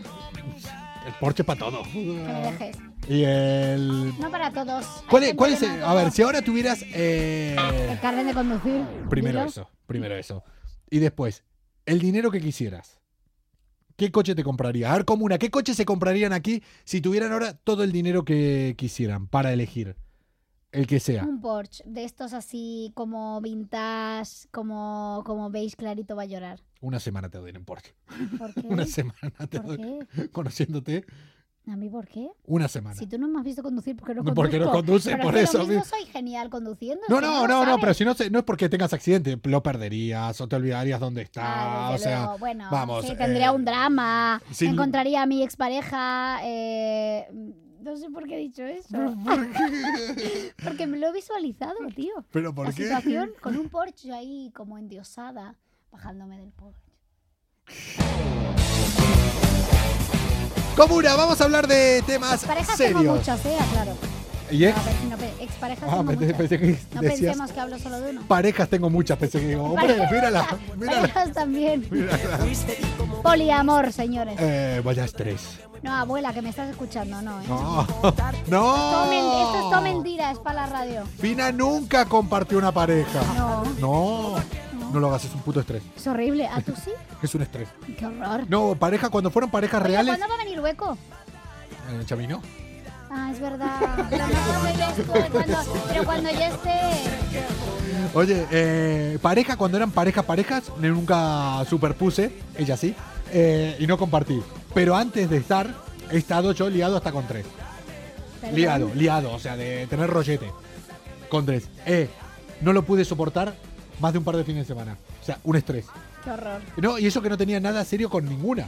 Speaker 1: El Porsche para todo.
Speaker 2: Que me dejes.
Speaker 1: Y el...
Speaker 2: No para todos. Hay
Speaker 1: ¿Cuál es,
Speaker 2: gente
Speaker 1: cuál
Speaker 2: que
Speaker 1: es
Speaker 2: no
Speaker 1: el-
Speaker 2: ha
Speaker 1: A ver,
Speaker 2: tocado
Speaker 1: si ahora tuvieras... eh,
Speaker 2: El carnet de conducir.
Speaker 1: primero
Speaker 2: dilo.
Speaker 1: eso. Primero eso. Y después, el dinero que quisieras. ¿Qué coche te comprarías? A ver, comuna, ¿qué coche se comprarían aquí si tuvieran ahora todo el dinero que quisieran para elegir? El que sea.
Speaker 2: Un Porsche de estos así como vintage, como, como veis clarito va a llorar.
Speaker 1: Una semana te doy en Porsche.
Speaker 2: ¿Por
Speaker 1: [LAUGHS]
Speaker 2: qué?
Speaker 1: Una semana te
Speaker 2: ¿Por
Speaker 1: doy.
Speaker 2: qué?
Speaker 1: Conociéndote,
Speaker 2: ¿A mí por qué?
Speaker 1: una semana.
Speaker 2: Si tú no me has visto conducir, ¿por qué no
Speaker 1: No,
Speaker 2: conduzco?
Speaker 1: porque no conduce,
Speaker 2: Pero es
Speaker 1: por
Speaker 2: que
Speaker 1: eso,
Speaker 2: Lo mismo
Speaker 1: mira.
Speaker 2: soy genial conduciendo. es
Speaker 1: No,
Speaker 2: que
Speaker 1: no,
Speaker 2: lo
Speaker 1: no, no,
Speaker 2: sabes.
Speaker 1: pero si no, se- no es porque tengas accidente, lo perderías o te olvidarías dónde está.
Speaker 2: Ah,
Speaker 1: o
Speaker 2: desde
Speaker 1: sea,
Speaker 2: luego. bueno,
Speaker 1: vamos,
Speaker 2: sí, tendría
Speaker 1: eh,
Speaker 2: un drama,
Speaker 1: sin-
Speaker 2: encontraría a mi expareja, eh, no sé por qué he dicho eso. [LAUGHS] Porque me lo he visualizado, tío.
Speaker 1: [LAUGHS] ¿Pero por
Speaker 2: la
Speaker 1: qué?
Speaker 2: situación con un Porsche ahí como endiosada, bajándome del Porsche.
Speaker 1: Comuna, vamos a hablar de temas
Speaker 2: Parejas tengo
Speaker 1: serios.
Speaker 2: muchas, eh, claro.
Speaker 1: ¿Y ex?
Speaker 2: No, pe- no, pe- exparejas
Speaker 1: Ah,
Speaker 2: tengo
Speaker 1: pensé-
Speaker 2: muchas.
Speaker 1: pensé que
Speaker 2: no
Speaker 1: decías-
Speaker 2: pensemos que hablo solo
Speaker 1: [LAUGHS]
Speaker 2: de una.
Speaker 1: Parejas tengo muchas, pensé que digo, hombre, mírala, mírala.
Speaker 2: Parejas también. Poliamor, señores.
Speaker 1: Eh, vaya estrés.
Speaker 2: No, abuela, que me estás escuchando, no, ¿eh?
Speaker 1: No, [LAUGHS]
Speaker 2: Todo men- esto es todo
Speaker 1: no.
Speaker 2: mentira, es para la radio.
Speaker 1: Fina nunca compartió una pareja.
Speaker 2: No.
Speaker 1: No, no lo hagas, es un puto estrés.
Speaker 2: Es horrible. ¿A tú sí?
Speaker 1: Es un estrés.
Speaker 2: Qué horror.
Speaker 1: No, pareja, cuando fueron parejas
Speaker 2: Oye,
Speaker 1: reales.
Speaker 2: ¿Cuándo va a venir hueco?
Speaker 1: Eh, Chami, ¿no?
Speaker 2: Ah, es verdad. La mano de Yesco, cuando- pero cuando ya esté.
Speaker 1: Oye, eh, pareja, cuando eran parejas, parejas, yo nunca superpuse, ella sí, eh, y no compartí. Pero antes de estar, he estado yo liado hasta con tres.
Speaker 2: Perdón.
Speaker 1: Liado, liado, o sea, de tener rollete. Con tres. Eh, no lo pude soportar más de un par de fines de semana. O sea, un estrés.
Speaker 2: Qué horror.
Speaker 1: No, y eso que no tenía nada serio con ninguna.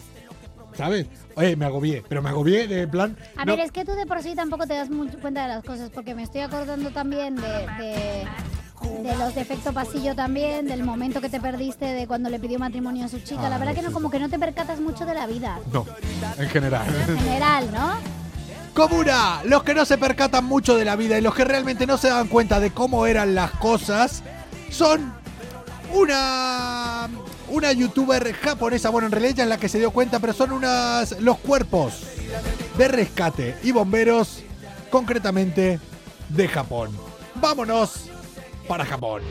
Speaker 1: ¿Sabes? Oye, me agobié, pero me agobié de plan.
Speaker 2: A
Speaker 1: no,
Speaker 2: ver, es que tú de por sí tampoco te das mucho cuenta de las cosas, porque me estoy acordando también de, de, de los de efecto pasillo también, del momento que te perdiste de cuando le pidió matrimonio a su chica. la
Speaker 1: Ah,
Speaker 2: verdad que no,
Speaker 1: sí.
Speaker 2: como que no te percatas mucho de la vida.
Speaker 1: no, en general.
Speaker 2: En general, ¿no?
Speaker 1: Comuna, los que no se percatan mucho de la vida y los que realmente no se dan cuenta de cómo eran las cosas, son una una youtuber japonesa, bueno, en realidad ella es la que se dio cuenta, pero son unas los cuerpos de rescate y bomberos concretamente de Japón. Vámonos para Japón.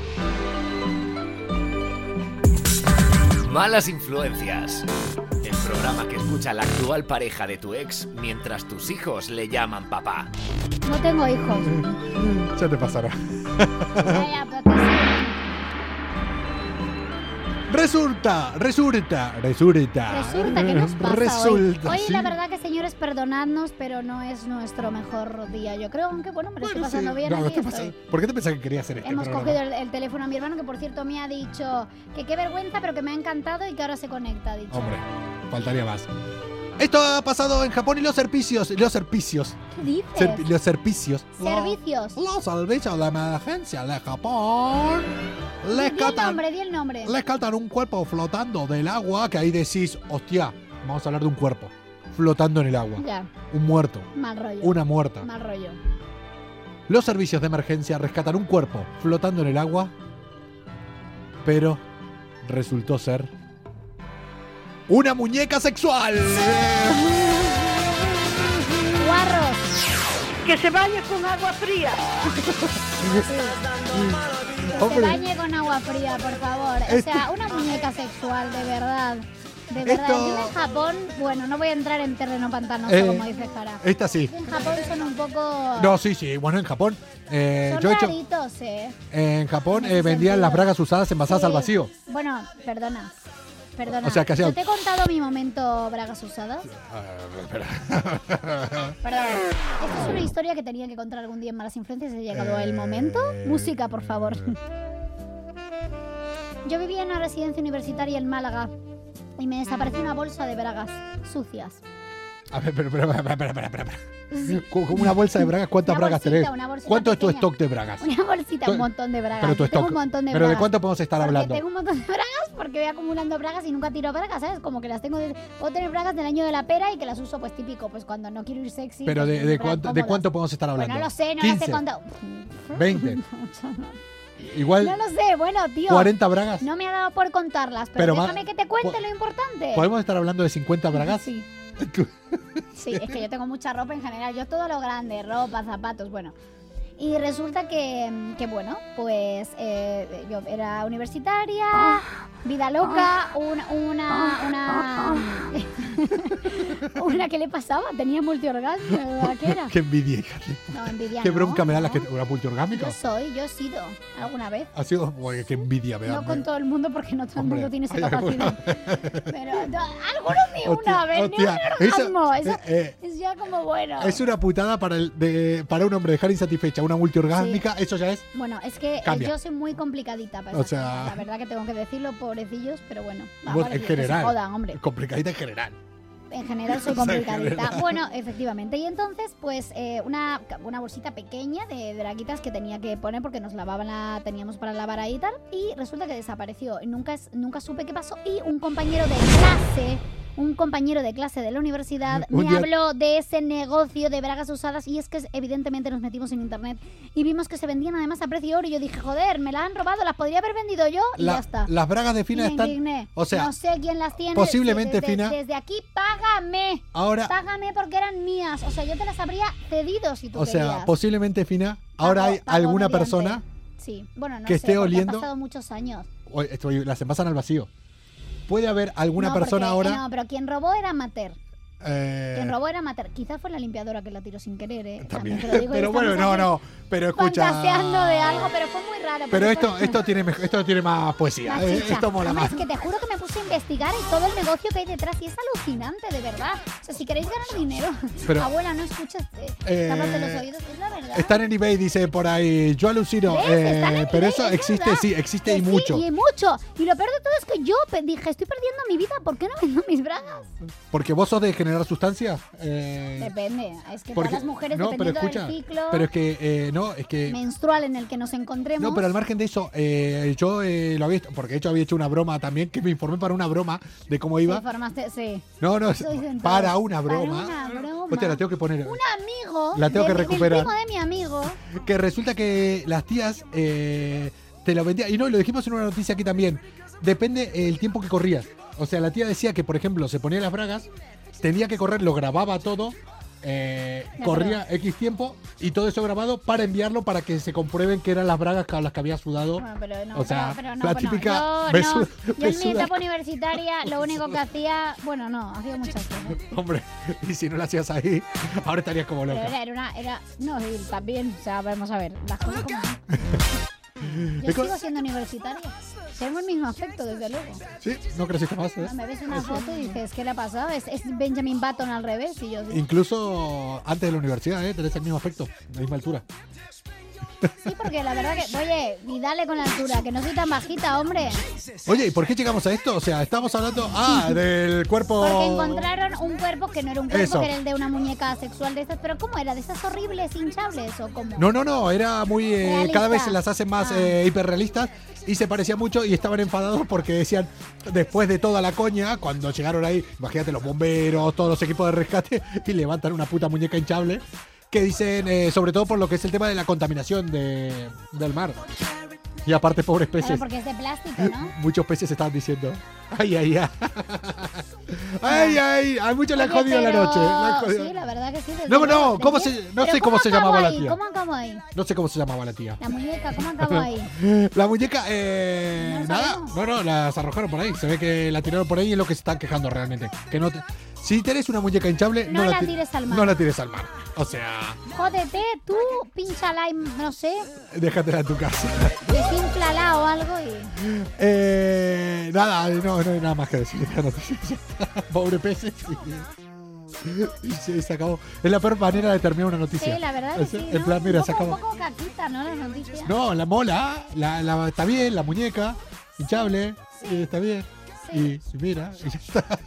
Speaker 6: Malas influencias. El programa que escucha la actual pareja de tu ex mientras tus hijos le llaman papá.
Speaker 2: No tengo hijos.
Speaker 1: Ya te pasará.
Speaker 2: Vaya, pero tú pues, sí.
Speaker 1: Resulta, resulta, resulta.
Speaker 2: Resulta que nos pasa hoy.
Speaker 1: Ah, Resulta,
Speaker 2: hoy.
Speaker 1: sí.
Speaker 2: la verdad que, señores, perdonadnos, pero no es nuestro mejor día, yo creo. Aunque, bueno, me lo estoy
Speaker 1: Bueno, sí.
Speaker 2: pasando bien
Speaker 1: No,
Speaker 2: aquí
Speaker 1: está
Speaker 2: estoy.
Speaker 1: pasando- ¿Por qué te pensás que quería hacer este
Speaker 2: Hemos
Speaker 1: programa?
Speaker 2: cogido el, el teléfono a mi hermano, que por cierto me ha dicho que qué vergüenza, pero que me ha encantado y que ahora se conecta, ha dicho.
Speaker 1: Hombre, faltaría más. Esto ha pasado en Japón y los servicios, los servicios,
Speaker 2: ¿Qué dices?
Speaker 1: serpi- los servicios.
Speaker 2: Servicios.
Speaker 1: Los servicios de emergencia de Japón les
Speaker 2: Di el
Speaker 1: catan,
Speaker 2: nombre, di el nombre.
Speaker 1: les catan un cuerpo flotando del agua que ahí decís, hostia, vamos a hablar de un cuerpo flotando en el agua.
Speaker 2: Ya,
Speaker 1: Un muerto,
Speaker 2: mal rollo.
Speaker 1: una muerta.
Speaker 2: Mal rollo.
Speaker 1: Los servicios de emergencia rescatan un cuerpo flotando en el agua, pero resultó ser una muñeca sexual.
Speaker 2: Guarros.
Speaker 11: Que se bañe con agua fría.
Speaker 2: Que
Speaker 1: Hombre.
Speaker 2: se bañe con agua fría, por favor. O sea, una muñeca sexual, de verdad. De verdad.
Speaker 1: Esto-
Speaker 2: Yo en Japón, bueno, no voy a entrar en terreno pantanoso,
Speaker 1: Eh.
Speaker 2: como dice Jara.
Speaker 1: Esta sí.
Speaker 2: En Japón son un poco.
Speaker 1: No, sí, sí. Bueno, en Japón, eh,
Speaker 2: son
Speaker 1: yo he hecho,
Speaker 2: raritos, eh.
Speaker 1: en Japón
Speaker 2: En ese
Speaker 1: eh, vendían las
Speaker 2: sentido.
Speaker 1: bragas usadas envasadas
Speaker 2: Sí.
Speaker 1: al vacío.
Speaker 2: Bueno, perdona. Perdona.
Speaker 1: O sea, que hacía-
Speaker 2: ¿Yo te he contado mi momento bragas usadas? [LAUGHS] Perdón. Esta es una historia que tenía que contar algún día en Malas Influencias. Ha llegado el momento.
Speaker 1: Eh,
Speaker 2: Música, por favor. Yo vivía en una residencia universitaria en Málaga y me desapareció una bolsa de bragas sucias.
Speaker 1: A ver, pero, pero, pero, pero, pero, pero, pero. Con con una bolsa de bragas, ¿cuántas
Speaker 2: Una
Speaker 1: bragas
Speaker 2: bolsita,
Speaker 1: tenés?
Speaker 2: una bolsita
Speaker 1: ¿Cuánto es tu
Speaker 2: pequeña.
Speaker 1: stock de bragas?
Speaker 2: Una bolsita, un
Speaker 1: Tú-
Speaker 2: montón de bragas.
Speaker 1: Pero tu
Speaker 2: Yo tengo
Speaker 1: stock.
Speaker 2: un montón de
Speaker 1: ¿Pero de
Speaker 2: bragas.
Speaker 1: cuánto podemos estar
Speaker 2: Porque
Speaker 1: hablando?
Speaker 2: Tengo un montón de bragas porque voy acumulando bragas y nunca tiro bragas, ¿sabes? Como que las tengo. De, puedo tener bragas del año de la pera y que las uso, pues típico, pues cuando no quiero ir sexy.
Speaker 1: Pero
Speaker 2: pues,
Speaker 1: de,
Speaker 2: tengo
Speaker 1: de
Speaker 2: bragas
Speaker 1: cuánto, de
Speaker 2: cómodas.
Speaker 1: cuánto podemos estar hablando.
Speaker 2: Bueno, Pues no sé, no las he
Speaker 1: 15,
Speaker 2: contado. [LAUGHS]
Speaker 1: 20.
Speaker 2: No
Speaker 1: Igual
Speaker 2: lo sé, bueno, tío.
Speaker 1: 40 bragas.
Speaker 2: No me ha dado por contarlas, pero,
Speaker 1: Pero más-
Speaker 2: déjame que te cuente
Speaker 1: po-
Speaker 2: lo importante.
Speaker 1: ¿Podemos estar hablando de 50 bragas?
Speaker 2: [LAUGHS] Sí. Sí, es que yo tengo mucha ropa en general. Yo todo lo grande, ropa, zapatos, bueno. Y resulta que, mm, que bueno, pues eh, yo era universitaria, vida loca, un- una, una, [LAUGHS] una que le pasaba, tenía multiorgasmo, ¿verdad que era?
Speaker 1: Qué envidia, hija de-
Speaker 2: No, envidia
Speaker 1: Qué
Speaker 2: no,
Speaker 1: bronca me da las
Speaker 2: no.
Speaker 1: que. ¿Una multiorgámica?
Speaker 2: Yo soy, yo he sido, alguna vez.
Speaker 1: Ha sido. Uy, qué envidia me da.
Speaker 2: No con todo el mundo porque no todo el
Speaker 1: Hombre,
Speaker 2: mundo tiene esa
Speaker 1: hay alguna-
Speaker 2: capacidad.
Speaker 1: [LAUGHS]
Speaker 2: Pero no, algunos
Speaker 1: Oh,
Speaker 2: ni una vez, ni un
Speaker 1: hostia, esa-
Speaker 2: orgasmo. Eso
Speaker 1: eh, eh,
Speaker 2: es ya como bueno.
Speaker 1: Es una putada para, el, de- para un hombre dejar insatisfecha una multiorgámica. Eso ya es.
Speaker 2: Bueno, es que eh,
Speaker 1: Cambia.
Speaker 2: yo soy muy complicadita para
Speaker 1: O
Speaker 2: esas
Speaker 1: sea-
Speaker 2: cosas, La verdad que tengo que decirlo, pobrecillos, pero bueno. va,
Speaker 1: Vos,
Speaker 2: vale,
Speaker 1: en
Speaker 2: que se
Speaker 1: general.
Speaker 2: jodan, hombre.
Speaker 1: Complicadita en general.
Speaker 2: En general
Speaker 1: [LAUGHS]
Speaker 2: soy
Speaker 1: O sea, en
Speaker 2: complicadita.
Speaker 1: general.
Speaker 2: Bueno, efectivamente. Y entonces, pues, eh, una, una bolsita pequeña de draguitas que tenía que poner porque nos lavaban la, teníamos para lavar ahí y tal. Y resulta que desapareció. Y Nunca, es- nunca supe qué pasó. Y un compañero de clase. Un compañero de clase de la universidad
Speaker 1: [LAUGHS] Un
Speaker 2: me
Speaker 1: día-
Speaker 2: habló de ese negocio de bragas usadas y es que evidentemente nos metimos en internet y vimos que se vendían además a precio de oro y yo dije, joder, me las han robado, las podría haber vendido yo y
Speaker 1: La-
Speaker 2: ya está.
Speaker 1: Las bragas de
Speaker 2: Y
Speaker 1: Fina
Speaker 2: me
Speaker 1: están.
Speaker 2: indigné.
Speaker 1: O sea,
Speaker 2: no sé quién las tiene.
Speaker 1: posiblemente,
Speaker 2: desde,
Speaker 1: Fina-
Speaker 2: Desde aquí, págame.
Speaker 1: ahora.
Speaker 2: Págame porque eran mías. O sea, yo te las habría cedido si tú
Speaker 1: O sea,
Speaker 2: querías.
Speaker 1: posiblemente Fina. Ahora
Speaker 2: Pago-
Speaker 1: hay
Speaker 2: pago
Speaker 1: alguna
Speaker 2: mediante.
Speaker 1: persona
Speaker 2: Sí, bueno, no
Speaker 1: Que
Speaker 2: sé,
Speaker 1: esté
Speaker 2: porque
Speaker 1: oliendo.
Speaker 2: Han pasado muchos años.
Speaker 1: O- esto, las envasan al vacío. ¿Puede haber alguna
Speaker 2: No,
Speaker 1: persona
Speaker 2: porque-
Speaker 1: ahora?
Speaker 2: No, pero quien robó era Mater.
Speaker 1: eh,
Speaker 2: Quien robó era Mater. Quizás fue la limpiadora que la tiró sin querer, ¿eh?
Speaker 1: también.
Speaker 2: te lo digo,
Speaker 1: pero bueno, no,
Speaker 2: estamos
Speaker 1: no. Pero
Speaker 2: aquí Fantaseando
Speaker 1: escucha.
Speaker 2: de algo, pero fue muy raro.
Speaker 1: Pero
Speaker 2: porque
Speaker 1: esto,
Speaker 2: fue-
Speaker 1: esto tiene mej- esto tiene más poesía.
Speaker 2: Más
Speaker 1: eh,
Speaker 2: chicha.
Speaker 1: Esto mola
Speaker 2: Además,
Speaker 1: más.
Speaker 2: es que te juro que me puse a investigar y todo el negocio que hay detrás y es alucinante, de verdad. O sea, si queréis ganar dinero,
Speaker 1: Pero-
Speaker 2: abuela, no escuches, eh,
Speaker 1: Eh,
Speaker 2: tápate los oídos, es la verdad.
Speaker 1: Están en eBay, dice por ahí. Yo alucino.
Speaker 2: ¿Ves?
Speaker 1: eh,
Speaker 2: Están en
Speaker 1: pero
Speaker 2: eBay,
Speaker 1: eso
Speaker 2: es
Speaker 1: existe,
Speaker 2: verdad.
Speaker 1: sí, existe
Speaker 2: Que
Speaker 1: y
Speaker 2: sí,
Speaker 1: mucho.
Speaker 2: Y mucho. Y lo peor de todo es que yo pe- dije, estoy perdiendo mi vida, ¿por qué no vendo mis bragas?
Speaker 1: Porque vos sos de generar sustancias. eh,
Speaker 2: Depende, es que
Speaker 1: porque-
Speaker 2: todas las mujeres,
Speaker 1: no, pero
Speaker 2: dependiendo
Speaker 1: escucha.
Speaker 2: del ciclo
Speaker 1: Pero es que, eh, no, es que.
Speaker 2: menstrual en el que nos encontremos.
Speaker 1: No, pero al margen de eso, eh, yo eh, lo había hecho, porque de hecho había hecho una broma también, que me informé para una broma de cómo
Speaker 2: te
Speaker 1: iba.
Speaker 2: formaste- sí.
Speaker 1: No, no, es-
Speaker 2: Lo dicen
Speaker 1: para
Speaker 2: todos.
Speaker 1: una broma.
Speaker 2: Para una broma.
Speaker 1: Hostia, la tengo que poner. eh,
Speaker 2: Un amigo.
Speaker 1: La tengo que
Speaker 2: de mi- del
Speaker 1: recuperar.
Speaker 2: primo de mi amigo.
Speaker 1: Que resulta que las tías eh, te lo vendían. Y no, y lo dijimos en una noticia aquí también. Depende el tiempo que corrías. O sea, la tía decía que, por ejemplo, se ponía las bragas, tenía que correr, lo grababa todo, eh,
Speaker 2: De
Speaker 1: corría X tiempo y todo eso grabado para enviarlo para que se comprueben que eran las bragas con las que había sudado.
Speaker 2: Bueno, Ah, pero no,
Speaker 1: o sea,
Speaker 2: pero- pero no,
Speaker 1: la
Speaker 2: bueno,
Speaker 1: típica
Speaker 2: yo,
Speaker 1: besuda-
Speaker 2: no, yo en mi
Speaker 1: besuda.
Speaker 2: etapa universitaria lo único que hacía, bueno, no, hacía muchas cosas.
Speaker 1: Hombre, [LAUGHS] y si no lo hacías ahí, ahora estarías como
Speaker 2: Pero
Speaker 1: loca.
Speaker 2: era, era una, era, no, y también, o sea, vamos a ver, las cosas como...
Speaker 1: [LAUGHS]
Speaker 2: Yo
Speaker 1: Es co-
Speaker 2: sigo siendo universitaria, tengo el mismo afecto, desde luego.
Speaker 1: Sí, no creciste más, ¿eh?
Speaker 2: Ah, Me ves una foto y dices, ¿qué le ha pasado? Es, es Benjamin Button al revés, y yo digo,
Speaker 1: Incluso antes de la universidad, ¿eh? Tenés el mismo aspecto, la misma altura.
Speaker 2: sí, porque la verdad que, oye, y dale con la altura, que no soy tan bajita, hombre.
Speaker 1: Oye, ¿y por qué llegamos a esto? O sea, estamos hablando.
Speaker 2: [LAUGHS]
Speaker 1: Ah, del cuerpo.
Speaker 2: Porque encontraron un cuerpo que no era un cuerpo,
Speaker 1: Eso.
Speaker 2: que era el de una muñeca sexual de estas, pero ¿cómo era? ¿De esas horribles, hinchables o cómo?
Speaker 1: No, no, no, era muy. eh,
Speaker 2: Realista.
Speaker 1: cada vez se las hacen más
Speaker 2: Ah.
Speaker 1: eh, hiperrealistas y se parecía mucho y estaban enfadados porque decían, después de toda la coña, cuando llegaron ahí, imagínate los bomberos, todos los equipos de rescate y levantan una puta muñeca hinchable. Que dicen, eh, sobre todo por lo que es el tema de la contaminación de- del mar. Y aparte, pobres
Speaker 2: Claro,
Speaker 1: peces.
Speaker 2: porque es de plástico, [LAUGHS] ¿no?
Speaker 1: Muchos peces estaban diciendo. Ay, ay, ay. [LAUGHS] Ay, ay. A muchos le han
Speaker 2: Oye,
Speaker 1: jodido la
Speaker 2: pero-
Speaker 1: noche. le han jodido.
Speaker 2: Sí, la verdad que sí. desde
Speaker 1: No, no,
Speaker 2: luego,
Speaker 1: ¿cómo
Speaker 2: desde-
Speaker 1: se- no
Speaker 2: Pero
Speaker 1: sé cómo se
Speaker 2: acabó
Speaker 1: llamaba la
Speaker 2: ahí?
Speaker 1: tía.
Speaker 2: ¿Cómo acabó ahí?
Speaker 1: No sé cómo se llamaba la tía.
Speaker 2: La muñeca,
Speaker 1: [LAUGHS]
Speaker 2: ¿cómo acabó ahí?
Speaker 1: La muñeca, eh,
Speaker 2: No
Speaker 1: nada,
Speaker 2: sabemos.
Speaker 1: no, no, las arrojaron por ahí. Se ve que la tiraron por ahí y es lo que se están quejando realmente. Que no te- si tenés una muñeca hinchable,
Speaker 2: No
Speaker 1: no,
Speaker 2: la
Speaker 1: ti-
Speaker 2: tires al mar.
Speaker 1: No la tires al mar. O sea,
Speaker 2: Jódete, tú, pínchala y no sé,
Speaker 1: déjatela en tu casa. [LAUGHS]
Speaker 2: desinflala o algo y.
Speaker 1: Eh, nada, no, no hay nada más que decir. de esta noticia. [LAUGHS] Pobre peces. Y se, se acabó. Es la peor manera de terminar una
Speaker 2: Sí,
Speaker 1: noticia.
Speaker 2: la verdad que
Speaker 1: Es-
Speaker 2: sí.
Speaker 1: En
Speaker 2: ¿no?
Speaker 1: plan, mira,
Speaker 2: un
Speaker 1: se
Speaker 2: poco,
Speaker 1: acabó.
Speaker 2: Un poco caquita, ¿no? La noticia.
Speaker 1: No, la mola, la, la- está bien, la muñeca, hinchable, eh, está bien.
Speaker 2: Sí.
Speaker 1: Y, y mira, y ya está.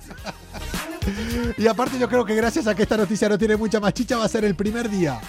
Speaker 1: [LAUGHS] y aparte yo creo que gracias a que esta noticia no tiene mucha más chicha, va a ser el primer día.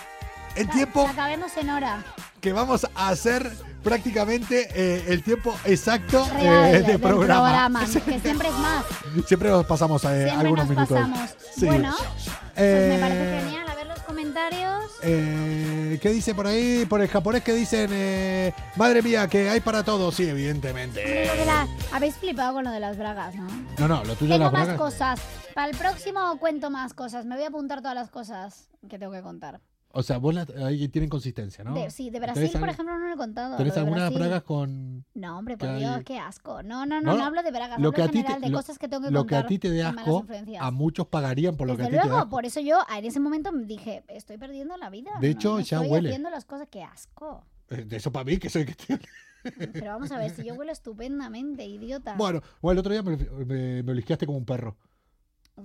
Speaker 1: El
Speaker 2: La-
Speaker 1: tiempo
Speaker 2: La acabemos en hora.
Speaker 1: que vamos a hacer prácticamente eh, el tiempo exacto eh,
Speaker 2: Real,
Speaker 1: de
Speaker 2: del
Speaker 1: programa. [LAUGHS]
Speaker 2: programa, Que siempre es más.
Speaker 1: Siempre nos pasamos eh,
Speaker 2: Siempre
Speaker 1: algunos
Speaker 2: nos
Speaker 1: minutos.
Speaker 2: pasamos.
Speaker 1: Sí.
Speaker 2: Bueno, Pues me parece
Speaker 1: Eh,
Speaker 2: genial. A ver los comentarios.
Speaker 1: Eh, ¿Qué dice por ahí? Por el japonés que dicen, eh, madre mía, que hay para todos. Sí, evidentemente.
Speaker 2: Lo de la- habéis flipado con lo de las bragas, ¿no?
Speaker 1: No, no, eh, lo tuyo es
Speaker 2: Tengo
Speaker 1: las
Speaker 2: más
Speaker 1: bragas.
Speaker 2: cosas. Para el próximo cuento más cosas. Me voy a apuntar todas las cosas que tengo que contar.
Speaker 1: O sea, vos las- ahí tienen consistencia, ¿no?
Speaker 2: De- sí, de
Speaker 1: ¿Tenés
Speaker 2: Brasil, por
Speaker 1: algo-
Speaker 2: ejemplo, no lo he contado.
Speaker 1: ¿Tenés
Speaker 2: lo de
Speaker 1: algunas
Speaker 2: Brasil.
Speaker 1: bragas con
Speaker 2: No, hombre, por
Speaker 1: que hay-
Speaker 2: Dios, qué asco. No, no, no, no,
Speaker 1: No,
Speaker 2: hablo de bragas,
Speaker 1: lo
Speaker 2: hablo
Speaker 1: que a ti
Speaker 2: general
Speaker 1: te-
Speaker 2: de
Speaker 1: lo-
Speaker 2: cosas que tengo que
Speaker 1: lo que
Speaker 2: contar.
Speaker 1: a ti te dé
Speaker 2: de malas
Speaker 1: asco?
Speaker 2: influencias.
Speaker 1: A muchos pagarían por lo que a
Speaker 2: Desde
Speaker 1: ti te da
Speaker 2: luego,
Speaker 1: asco.
Speaker 2: por eso yo en ese momento me dije, estoy perdiendo la vida.
Speaker 1: De
Speaker 2: no,
Speaker 1: hecho,
Speaker 2: no
Speaker 1: ya
Speaker 2: estoy
Speaker 1: huele.
Speaker 2: haciendo las cosas, qué asco.
Speaker 1: Eh, De eso para mí, que soy que tiene.
Speaker 2: Pero vamos a ver, si yo huelo estupendamente, idiota.
Speaker 1: [LAUGHS] Bueno, bueno, el otro día me, me, me olisqueaste como un perro.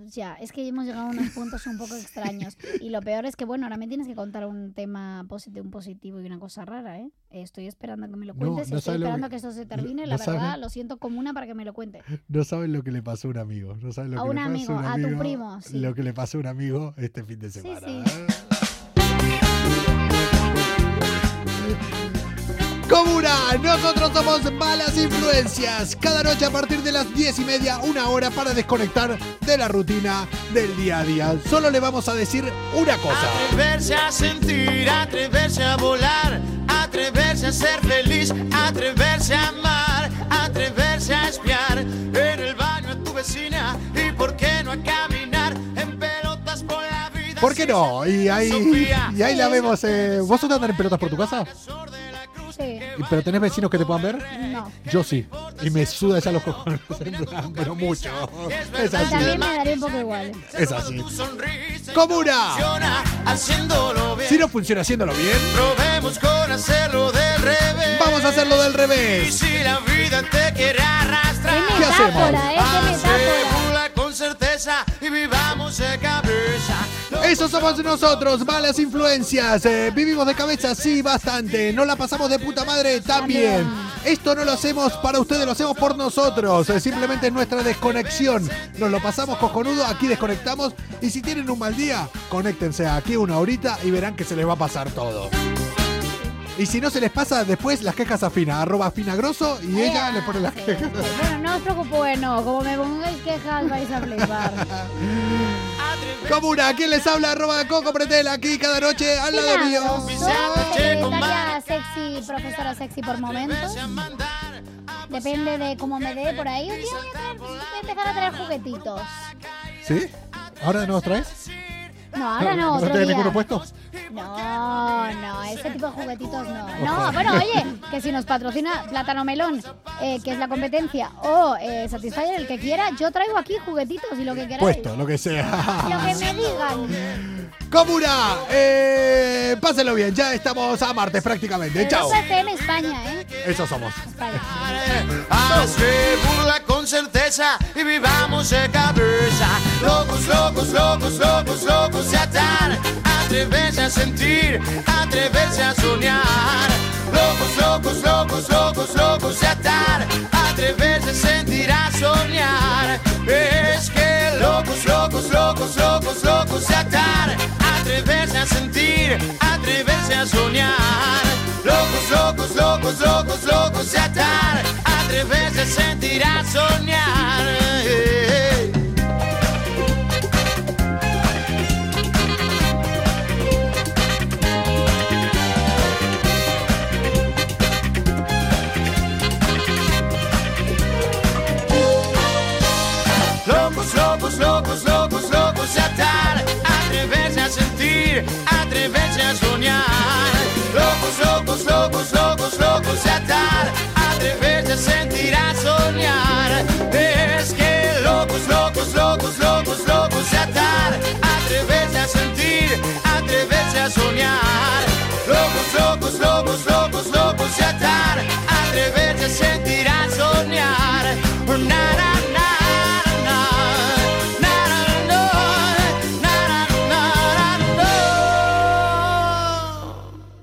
Speaker 2: Ya, es que hemos llegado a unos puntos un poco extraños. Y lo peor es que, bueno, ahora me tienes que contar un tema positivo, un positivo y una cosa rara, ¿eh? Estoy esperando que me lo
Speaker 1: No,
Speaker 2: cuentes. y
Speaker 1: no
Speaker 2: estoy
Speaker 1: sabe lo
Speaker 2: esperando
Speaker 1: que-
Speaker 2: que esto se termine.
Speaker 1: no
Speaker 2: La
Speaker 1: sabe-
Speaker 2: verdad, lo siento como una para que me lo cuente.
Speaker 1: No saben lo que le pasó a un amigo. No saben lo
Speaker 2: A
Speaker 1: que
Speaker 2: un
Speaker 1: le pasó
Speaker 2: amigo,
Speaker 1: a un
Speaker 2: a tu
Speaker 1: amigo.
Speaker 2: primo, sí.
Speaker 1: Lo que le pasó a un amigo este fin de
Speaker 2: Sí,
Speaker 1: semana.
Speaker 2: sí.
Speaker 1: Comuna, nosotros somos Malas Influencias. Cada noche a partir de las 10 y media, una hora para desconectar de la rutina del día a día. Solo le vamos a decir una cosa.
Speaker 12: Atreverse a sentir, atreverse a volar, atreverse a ser feliz, atreverse a amar, atreverse a espiar en el baño a tu vecina y por qué no a caminar en pelotas por la vida.
Speaker 1: ¿Por qué no? Y ahí,
Speaker 12: Sofía.
Speaker 1: y ahí la vemos. eh, ¿Vos sos de andar en pelotas por tu casa?
Speaker 2: Sí.
Speaker 1: ¿Y- ¿Pero tenés vecinos que te puedan ver?
Speaker 2: No.
Speaker 1: Yo sí. Y me suda ya los cojones. en plan, Pero mucho. Es
Speaker 2: Ah, También
Speaker 1: así.
Speaker 2: me daría un poco igual.
Speaker 1: Es así. ¡Comuna!
Speaker 12: Haciéndolo bien.
Speaker 1: Si no funciona haciéndolo bien,
Speaker 12: Probemos con hacerlo del revés.
Speaker 1: vamos a hacerlo del
Speaker 12: Y
Speaker 1: revés.
Speaker 12: si la vida te quiere arrastrar,
Speaker 1: Qué metáfora, ¿eh?
Speaker 6: Ah,
Speaker 1: Qué
Speaker 12: hacémosla con certeza y vivamos de cabeza.
Speaker 1: Eso somos nosotros, malas influencias. Eh, vivimos de cabeza, sí, bastante. No la pasamos de puta madre también. Esto no lo hacemos para ustedes, lo hacemos por nosotros. Eh, simplemente es nuestra desconexión. Nos lo pasamos cojonudo, aquí desconectamos. Y si tienen un mal día, conéctense aquí una horita y verán que se les va a pasar todo. Y si no se les pasa, después las quejas a Fina, arroba Fina Grosso y ella le pone las quejas. [LAUGHS]
Speaker 2: Bueno, no os preocupéis, no. Como me pongáis quejas, vais a flipar.
Speaker 1: Comuna, ¿quién les habla? Arroba Coco Pretel aquí cada noche al lado
Speaker 2: Fina,
Speaker 1: mío.
Speaker 2: sos secretaria sexy, profesora sexy por momentos. Depende de cómo me dé por ahí. Un día voy a, traer- voy a empezar a traer juguetitos.
Speaker 1: ¿Sí? ¿Ahora nos traes?
Speaker 2: No, ahora no, otro
Speaker 1: traes
Speaker 2: día.
Speaker 1: ninguno puesto?
Speaker 2: No, no, ese tipo de juguetitos no. No, bueno, oye, que si nos patrocina Plátano Melón, eh, que es la competencia, o eh, Satisfyer, el que quiera, yo traigo aquí juguetitos y lo que queráis.
Speaker 1: Puesto, lo que
Speaker 2: Lo
Speaker 1: sea. [LAUGHS]
Speaker 2: que me digan.
Speaker 1: Comuna, eh, pásenlo bien, ya estamos a martes prácticamente. Eh, Chao.
Speaker 2: Europa FM España, ¿eh?
Speaker 1: Eso somos.
Speaker 12: Hacémosla con certeza y vivamos de cabeza. Locos, locos, locos, locos, locos de atar. Atreverse a sentir, atreverse a soñar. Locos, locos, locos, locos, locos de atar. Atreverse a sentir, a soñar. Es que locos, locos, locos, locos, locos de atar. Atreverse a sentir, atreverse a soñar. Locos, locos, locos, locos, locos de atar. Atreverse a sentir, a soñar. Eh, eh, eh. Locos, locos, locos, locos.